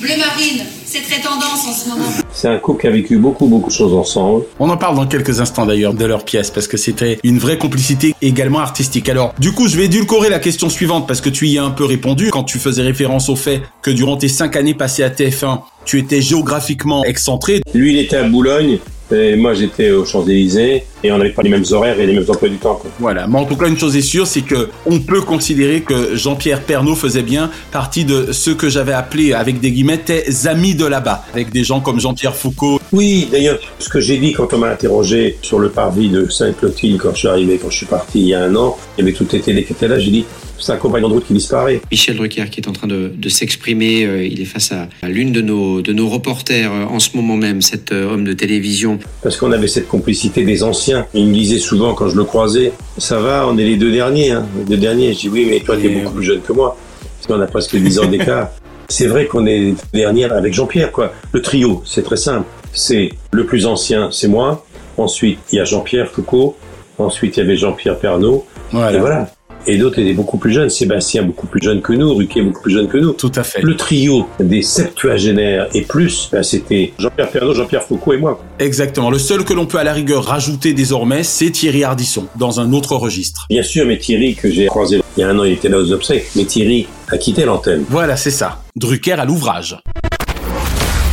Bleu marine, c'est très tendance en ce moment. C'est un couple qui a vécu beaucoup beaucoup de choses ensemble. On en parle dans quelques instants d'ailleurs de leur pièce parce que c'était une vraie complicité également artistique. Alors, du coup, je vais édulcorer la question suivante parce que tu y as un peu répondu quand tu faisais référence au fait que durant tes cinq années passées à TF1, tu étais géographiquement excentré. Lui, il était à Boulogne. Et moi, j'étais aux Champs-Élysées et on n'avait pas les mêmes horaires et les mêmes emplois du temps. quoi. Voilà. Mais en tout cas, une chose est sûre, c'est que on peut considérer que Jean-Pierre Pernaud faisait bien partie de ceux que j'avais appelés avec des guillemets tes amis de là-bas, avec des gens comme Jean-Pierre Foucault. Oui, d'ailleurs, ce que j'ai dit quand on m'a interrogé sur le parvis de Sainte-Clotilde quand je suis arrivé, quand je suis parti il y a un an, eh il y avait toutes les télés qui étaient là, j'ai dit, c'est un compagnon de route qui disparaît. Michel Drucker qui est en train de, de s'exprimer, euh, il est face à, à l'une de nos, de nos reporters euh, en ce moment même, cet euh, homme de télévision. Parce qu'on avait cette complicité des anciens. Il me disait souvent quand je le croisais, ça va, on est les deux derniers. hein, les deux derniers, je dis oui, mais toi, tu es beaucoup plus jeune que moi. Parce qu'on a presque 10 ans (laughs) d'écart. C'est vrai qu'on est les deux derniers avec Jean-Pierre, quoi. Le trio, c'est très simple. C'est le plus ancien, c'est moi. Ensuite, il y a Jean-Pierre Foucault. Ensuite, il y avait Jean-Pierre Pernaud. Voilà. Et voilà. Et d'autres étaient beaucoup plus jeunes. Sébastien, beaucoup plus jeune que nous. Ruquier, beaucoup plus jeune que nous. Tout à fait. Le trio des septuagénaires et plus, ben, c'était Jean-Pierre Pernaud, Jean-Pierre Foucault et moi. quoi. Exactement. Le seul que l'on peut à la rigueur rajouter désormais, c'est Thierry Ardisson, dans un autre registre. Bien sûr, mais Thierry, que j'ai croisé il y a un an, il était là aux obsèques, mais Thierry a quitté l'antenne. Voilà, c'est ça. Drucker à l'ouvrage.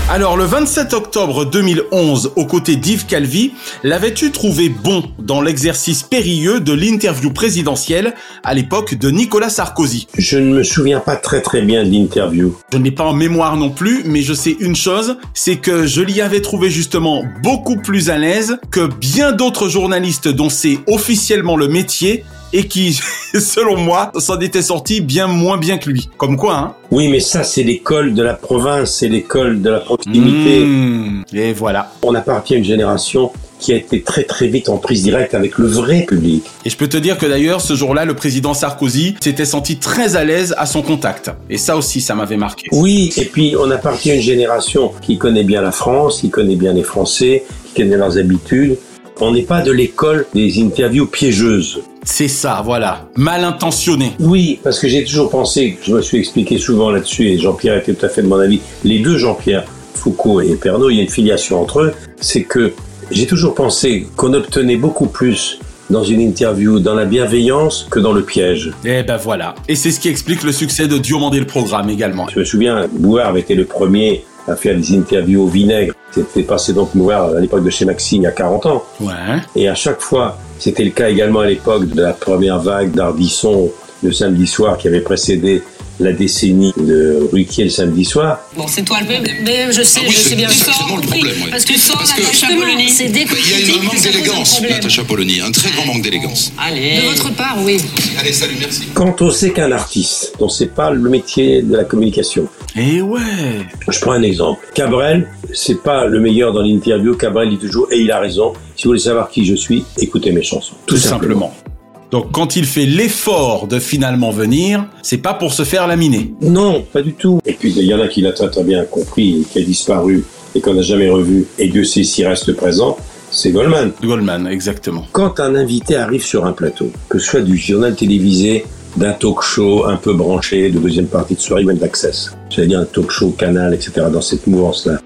Alors, le 27 octobre 2011, aux côtés d'Yves Calvi, l'avais-tu trouvé bon dans l'exercice périlleux de l'interview présidentielle à l'époque de Nicolas Sarkozy Je ne me souviens pas très très bien de l'interview. Je ne l'ai pas en mémoire non plus, mais je sais une chose, c'est que je l'y avais trouvé justement beaucoup plus à l'aise que bien d'autres journalistes dont c'est officiellement le métier et qui, (laughs) selon moi, s'en étaient sortis bien moins bien que lui. Comme quoi, hein Oui, mais ça, c'est l'école de la province, c'est l'école de la proximité. Hmm. et voilà. On appartient à une génération qui a été très très vite en prise directe avec le vrai public. Et je peux te dire que d'ailleurs, ce jour-là, le président Sarkozy s'était senti très à l'aise à son contact. Et ça aussi, ça m'avait marqué. Oui, et puis on appartient à une génération qui connaît bien la France, qui connaît bien les Français, qui connaît leurs habitudes. On n'est pas de l'école des interviews piégeuses. C'est ça, voilà. Mal intentionné. Oui, parce que j'ai toujours pensé, je me suis expliqué souvent là-dessus, et Jean-Pierre était tout à fait de mon avis, les deux Jean-Pierre, Foucault et Pernod, il y a une filiation entre eux, c'est que j'ai toujours pensé qu'on obtenait beaucoup plus dans une interview, dans la bienveillance, que dans le piège. Eh ben voilà. Et c'est ce qui explique le succès de Diomandé le programme également. Je me souviens, Bouard avait été le premier à faire des interviews au vinaigre. C'était passé donc Bouard à l'époque de chez Maxime il y a 40 ans. Ouais. Et à chaque fois, c'était le cas également à l'époque de la première vague d'Ardisson le samedi soir qui avait précédé la décennie de Ruquier le samedi soir. Bon, c'est toi le problème. Mais je sais, Ah oui, je c'est- sais bien. c'est Sans- vraiment le problème, ouais. Parce que sans Parce que- Natacha Justement, Polony, c'est dès qu'on Il y a critique un manque que ça pose un d'élégance, problème. Ah, Natacha Polony, un très grand manque d'élégance. De votre part, oui. Allez, salut, merci. Quand on sait qu'un artiste, on sait pas le métier de la communication. Eh ouais. Je prends un exemple. Cabrel, c'est pas le meilleur dans l'interview. Cabrel dit toujours, et il a raison. Si vous voulez savoir qui je suis, écoutez mes chansons. Tout, simplement. Donc quand il fait l'effort de finalement venir, c'est pas pour se faire laminer. Non, pas du tout. Et puis il y en a qui l'a très très bien compris, et qui a disparu et qu'on n'a jamais revu, et Dieu sait s'il reste présent, c'est Goldman. Goldman, exactement. Quand un invité arrive sur un plateau, que ce soit du journal télévisé, d'un talk show un peu branché, de deuxième partie de soirée, même d'access, c'est-à-dire un talk show, canal, etc., dans cette mouvance-là,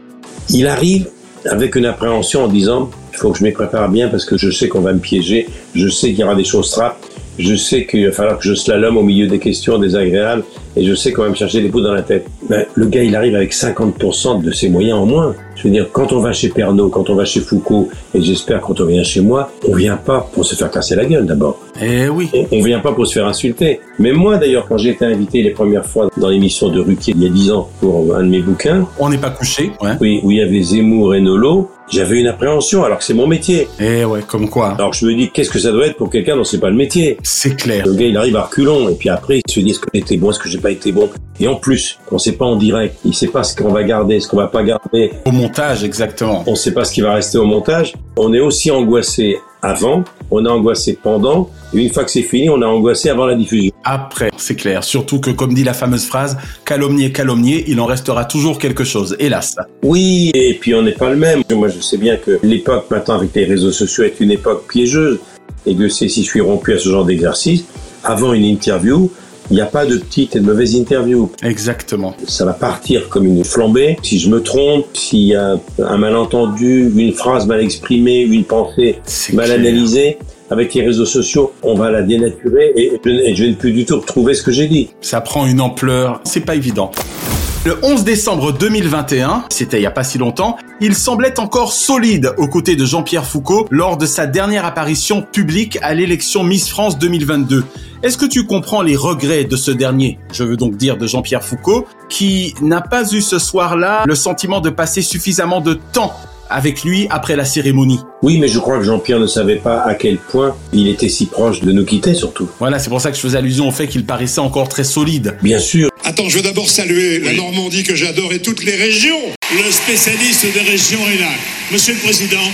il arrive avec une appréhension en disant il faut que je m'y prépare bien parce que je sais qu'on va me piéger, je sais qu'il y aura des choses trappes, je sais qu'il va falloir que je slalome au milieu des questions désagréables et je sais qu'on va me chercher des bouts dans la tête. Ben, le gars, il arrive avec 50% de ses moyens en moins. Je veux dire, quand on va chez Pernod, quand on va chez Foucault, et j'espère quand on vient chez moi, on vient pas pour se faire casser la gueule d'abord. Eh oui. On, on vient pas pour se faire insulter. Mais moi, d'ailleurs, quand j'ai été invité les premières fois dans l'émission de Ruquier il y a 10 ans pour un de mes bouquins, On n'est pas couché. Ouais. oui, où il y avait Zemmour et Nolo, j'avais une appréhension alors que c'est mon métier. Eh ouais, comme quoi. Alors je me dis, qu'est-ce que ça doit être pour quelqu'un dont c'est pas le métier C'est clair. Le gars, il arrive à reculons, et puis après, il se dit, est-ce que j'ai été bon, est-ce que j'ai pas été bon Et en plus, on sait pas en direct, il sait pas ce qu'on va garder, ce qu'on va pas garder, Au montage, exactement. on sait pas ce qui va rester au montage. On est aussi angoissé avant, on a angoissé pendant, et une fois que c'est fini, on a angoissé avant la diffusion. Après, c'est clair. Surtout que, comme dit la fameuse phrase, calomnier, calomnier, il en restera toujours quelque chose. Hélas. Oui, et puis on n'est pas le même. Moi, je sais bien que l'époque maintenant avec les réseaux sociaux est une époque piégeuse. Et Dieu sait si je suis rompu à ce genre d'exercice. Avant une interview, il n'y a pas de petite et de mauvaise interview. Exactement. Ça va partir comme une flambée. Si je me trompe, s'il y a un malentendu, une phrase mal exprimée, une pensée C'est mal clair. analysée, avec les réseaux sociaux, on va la dénaturer et je, et je ne vais plus du tout retrouver ce que j'ai dit. Ça prend une ampleur. C'est pas évident. Le 11 décembre 2021, c'était il y a pas si longtemps, il semblait encore solide aux côtés de Jean-Pierre Foucault lors de sa dernière apparition publique à l'élection Miss France 2022. Est-ce que tu comprends les regrets de ce dernier Je veux donc dire de Jean-Pierre Foucault, qui n'a pas eu ce soir-là le sentiment de passer suffisamment de temps avec lui après la cérémonie. Oui, mais je crois que Jean-Pierre ne savait pas à quel point il était si proche de nous quitter surtout. Voilà, c'est pour ça que je faisais allusion au fait qu'il paraissait encore très solide. Bien sûr, Attends, je veux d'abord saluer la Normandie que j'adore et toutes les régions. Le spécialiste des régions est là. Monsieur le Président,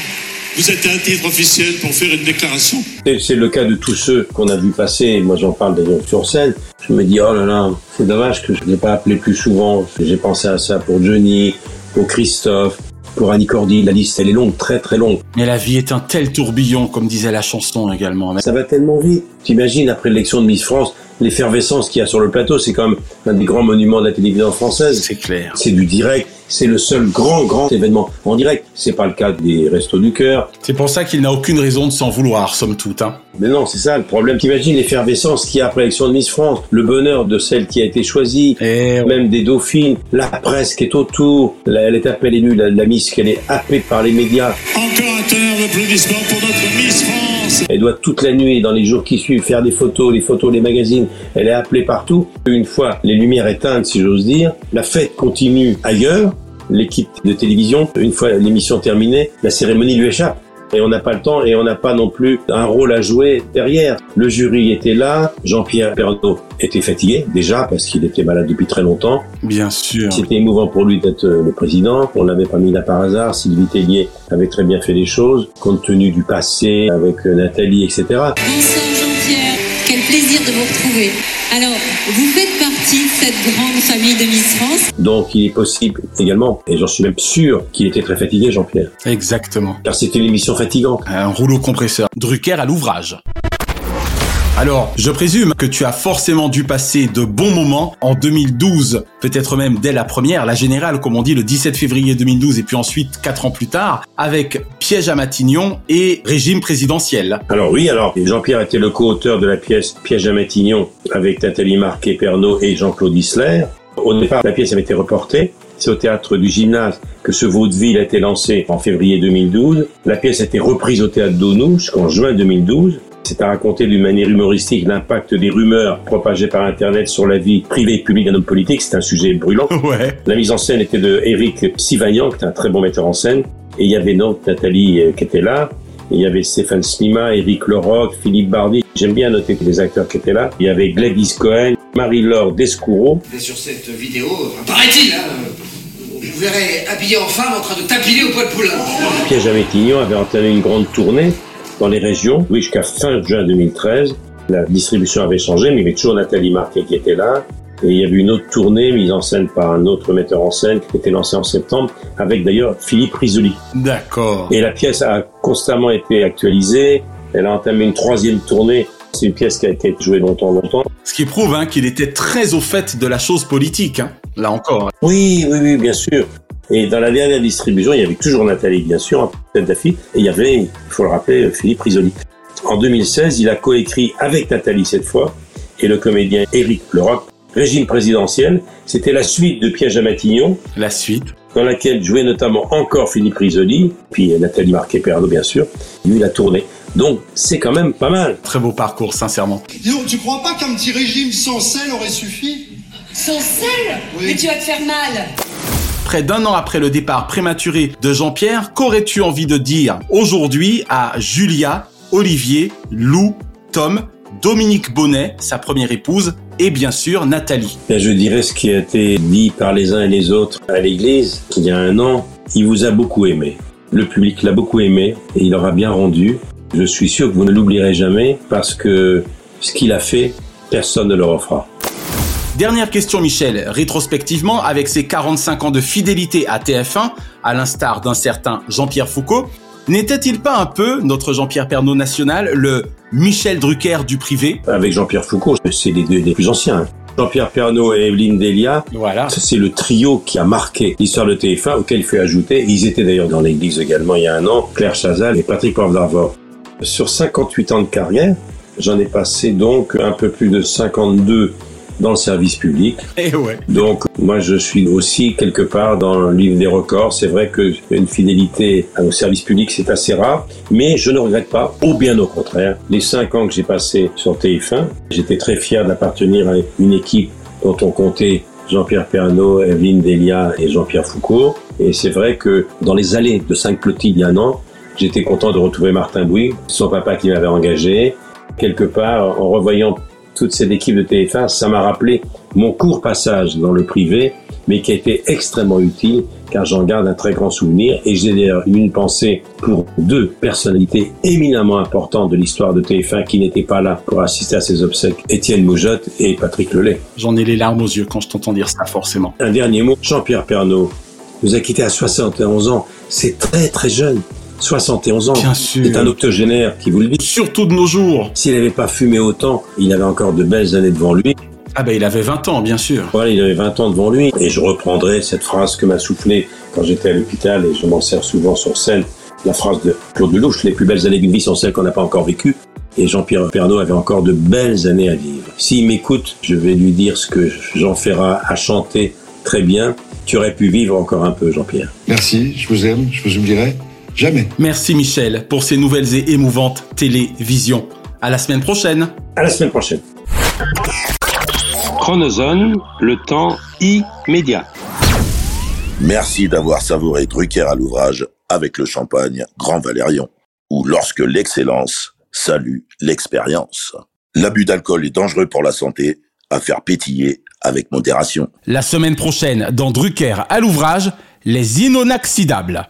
vous êtes à un titre officiel pour faire une déclaration. C'est c'est le cas de tous ceux qu'on a vu passer, moi j'en parle d'ailleurs sur scène, je me dis oh là là, c'est dommage que je ne l'ai pas appelé plus souvent, j'ai pensé à ça pour Johnny, pour Christophe, pour Annie Cordy, la liste elle est longue, très très longue. Mais la vie est un tel tourbillon, comme disait la chanson également. Ça va tellement vite, t'imagines après l'élection de Miss France, l'effervescence qu'il y a sur le plateau, c'est quand même l'un des grands monuments de la télévision française, C'est clair. c'est du direct, c'est le seul grand grand événement en direct, c'est pas le cas des Restos du Cœur, C'est pour ça qu'il n'a aucune raison de s'en vouloir, somme toute. Hein. Mais non, c'est ça le problème. T'imagines l'effervescence qu'il y a après l'élection de Miss France, le bonheur de celle qui a été choisie, Et même des dauphines, la presse qui est autour, la- elle est appelée élue, la, la Miss qu'elle est happée par les médias. Encore un tonnerre d'applaudissements pour notre Miss France. Elle doit toute la nuit, dans les jours qui suivent, faire des photos, les photos, les magazines. Elle est appelée partout. Une fois les lumières éteintes, si j'ose dire, la fête continue ailleurs. L'équipe de télévision, une fois l'émission terminée, la cérémonie lui échappe. Et on n'a pas le temps et on n'a pas non plus un rôle à jouer derrière. Le jury était là, Jean-Pierre Pernaut était fatigué déjà parce qu'il était malade depuis très longtemps. bien sûr. C'était émouvant pour lui d'être euh, le président. On l'avait pas mis là par hasard. Sylvie Tellier avait très bien fait les choses, compte tenu du passé avec euh, Nathalie, etc. Bonsoir Jean-Pierre, quel plaisir de vous retrouver. Alors, vous faites partie de cette grande famille de Miss France. Donc il est possible également, et j'en suis même sûr, qu'il était très fatigué, Jean-Pierre. Exactement. Car c'était une émission fatigante. Un rouleau compresseur. Drucker à l'ouvrage. Alors, je présume que tu as forcément dû passer de bons moments en 2012, peut-être même dès la première, la générale, comme on dit, le 17 février 2012, et puis ensuite, quatre ans plus tard, avec Piège à Matignon et Régime présidentiel. (laughs) Alors oui, alors Jean-Pierre était le co-auteur de la pièce Piège à Matignon avec Nathalie Marquet, Pernot et Jean-Claude Isler. Au départ, la pièce avait été reportée. C'est au théâtre du gymnase que ce vaudeville a été lancé en février 2012. La pièce a été reprise au théâtre d'Aunouche en juin 2012. C'est à raconter d'une manière humoristique l'impact des rumeurs propagées par Internet sur la vie privée et publique d'un homme politique. C'est un sujet brûlant. Ouais. La mise en scène était de Eric Sivagnan, qui est un très bon metteur en scène. Et il y avait donc Nathalie euh, qui était là. Et il y avait Stéphane Slima, Eric Leroc, Philippe Bardi. J'aime bien noter que les acteurs qui étaient là. Il y avait Gladys Cohen, Marie-Laure Descoureau. sur cette vidéo, euh, paraît-il, hein, vous verrez habillé en femme en train de tapiner au poids de poulain. Pierre Jamétignon avait entamé une grande tournée dans les régions, oui, jusqu'à fin juin 2013. La distribution avait changé, mais il y avait toujours Nathalie Marquet qui était là. Et il y avait une autre tournée mise en scène par un autre metteur en scène qui était lancée en septembre, avec d'ailleurs Philippe Risoli. D'accord. Et la pièce a constamment été actualisée. Elle a entamé une troisième tournée. C'est une pièce qui a été jouée longtemps, longtemps. Ce qui prouve hein, qu'il était très au fait de la chose politique, hein. là encore. Oui, oui, oui, bien sûr. Et dans la dernière distribution, il y avait toujours Nathalie, bien sûr, en tête d'affiche. Et il y avait, il faut le rappeler, Philippe Risoli. En 2016, il a coécrit avec Nathalie cette fois et le comédien Éric Leroc régime présidentiel. C'était la suite de Piège à Matignon. La suite. Dans laquelle jouait notamment encore Philippe Risoli, puis Nathalie Marquet-Pernaud, bien sûr. Lui, il a tourné. Donc, c'est quand même pas mal. Très beau parcours, sincèrement. Dis donc, tu crois pas qu'un petit régime sans sel aurait suffi Sans sel Mais tu vas te faire mal Près d'un an après le départ prématuré de Jean-Pierre, qu'aurais-tu envie de dire aujourd'hui à Julia, Olivier, Lou, Tom, Dominique Bonnet, sa première épouse, et bien sûr Nathalie. Ben, je dirais ce qui a été dit par les uns et les autres à l'église il y a un an. Il vous a beaucoup aimé. Le public l'a beaucoup aimé et il aura bien rendu. Je suis sûr que vous ne l'oublierez jamais parce que ce qu'il a fait, personne ne le refera. Dernière question Michel, rétrospectivement, avec ses 45 ans de fidélité à TF1, à l'instar d'un certain Jean-Pierre Foucault, N'était-il pas un peu, notre Jean-Pierre Pernaud national, le Michel Drucker du privé Avec Jean-Pierre Foucault, c'est les deux des plus anciens. Jean-Pierre Pernaud et Evelyne Delia, voilà. c'est le trio qui a marqué l'histoire de TF1 auquel il fut ajouté. Ils étaient d'ailleurs dans l'église également il y a un an, Claire Chazal et Patrick Poivre Sur 58 ans de carrière, j'en ai passé donc un peu plus de 52 dans le service public. Et Eh ouais. Donc moi je suis aussi quelque part dans le livre des records. C'est vrai que une fidélité au service public c'est assez rare, mais je ne regrette pas, ou bien au contraire. Les cinq ans que j'ai passés sur TF1, j'étais très fier d'appartenir à une équipe dont on comptait Jean-Pierre Pernaud, Evelyne Delia et Jean-Pierre Foucault. Et c'est vrai que dans les allées de Sainte-Clotilde il y a un an, j'étais content de retrouver Martin Bouygues, son papa qui m'avait engagé. Quelque part, en revoyant toute cette équipe de TF1, ça m'a rappelé mon court passage dans le privé, mais qui a été extrêmement utile, car j'en garde un très grand souvenir, et j'ai d'ailleurs eu une pensée pour deux personnalités éminemment importantes de l'histoire de TF1 qui n'étaient pas là pour assister à ces obsèques, Étienne Moujotte et Patrick Lelay. J'en ai les larmes aux yeux quand je t'entends dire ça, forcément. Un dernier mot, Jean-Pierre Pernaud nous a quittés à 71 ans, c'est très très jeune. 71 ans. Bien sûr. C'est un octogénaire qui vous le dit. Surtout de nos jours. S'il n'avait pas fumé autant, il avait encore de belles années devant lui. Ah ben il avait 20 ans, bien sûr. Voilà, il avait 20 ans devant lui. Et je reprendrai cette phrase que m'a soufflée quand j'étais à l'hôpital et je m'en sers souvent sur scène. La phrase de Claude Lelouch, les plus belles années d'une vie sont celles qu'on n'a pas encore vécues. Et Jean-Pierre Pernaud avait encore de belles années à vivre. S'il m'écoute, je vais lui dire ce que Jean Ferrat a chanté très bien. Tu aurais pu vivre encore un peu, Jean-Pierre. Merci, je vous aime, je vous oublierai. Jamais. Merci Michel pour ces nouvelles et émouvantes télévisions. À la semaine prochaine. À la semaine prochaine. Chronozone, le temps immédiat. Merci d'avoir savouré Drucker à l'ouvrage avec le champagne Grand Valérion, ou lorsque l'excellence salue l'expérience. L'abus d'alcool est dangereux pour la santé, à faire pétiller avec modération. La semaine prochaine, dans Drucker à l'ouvrage, les inoxydables.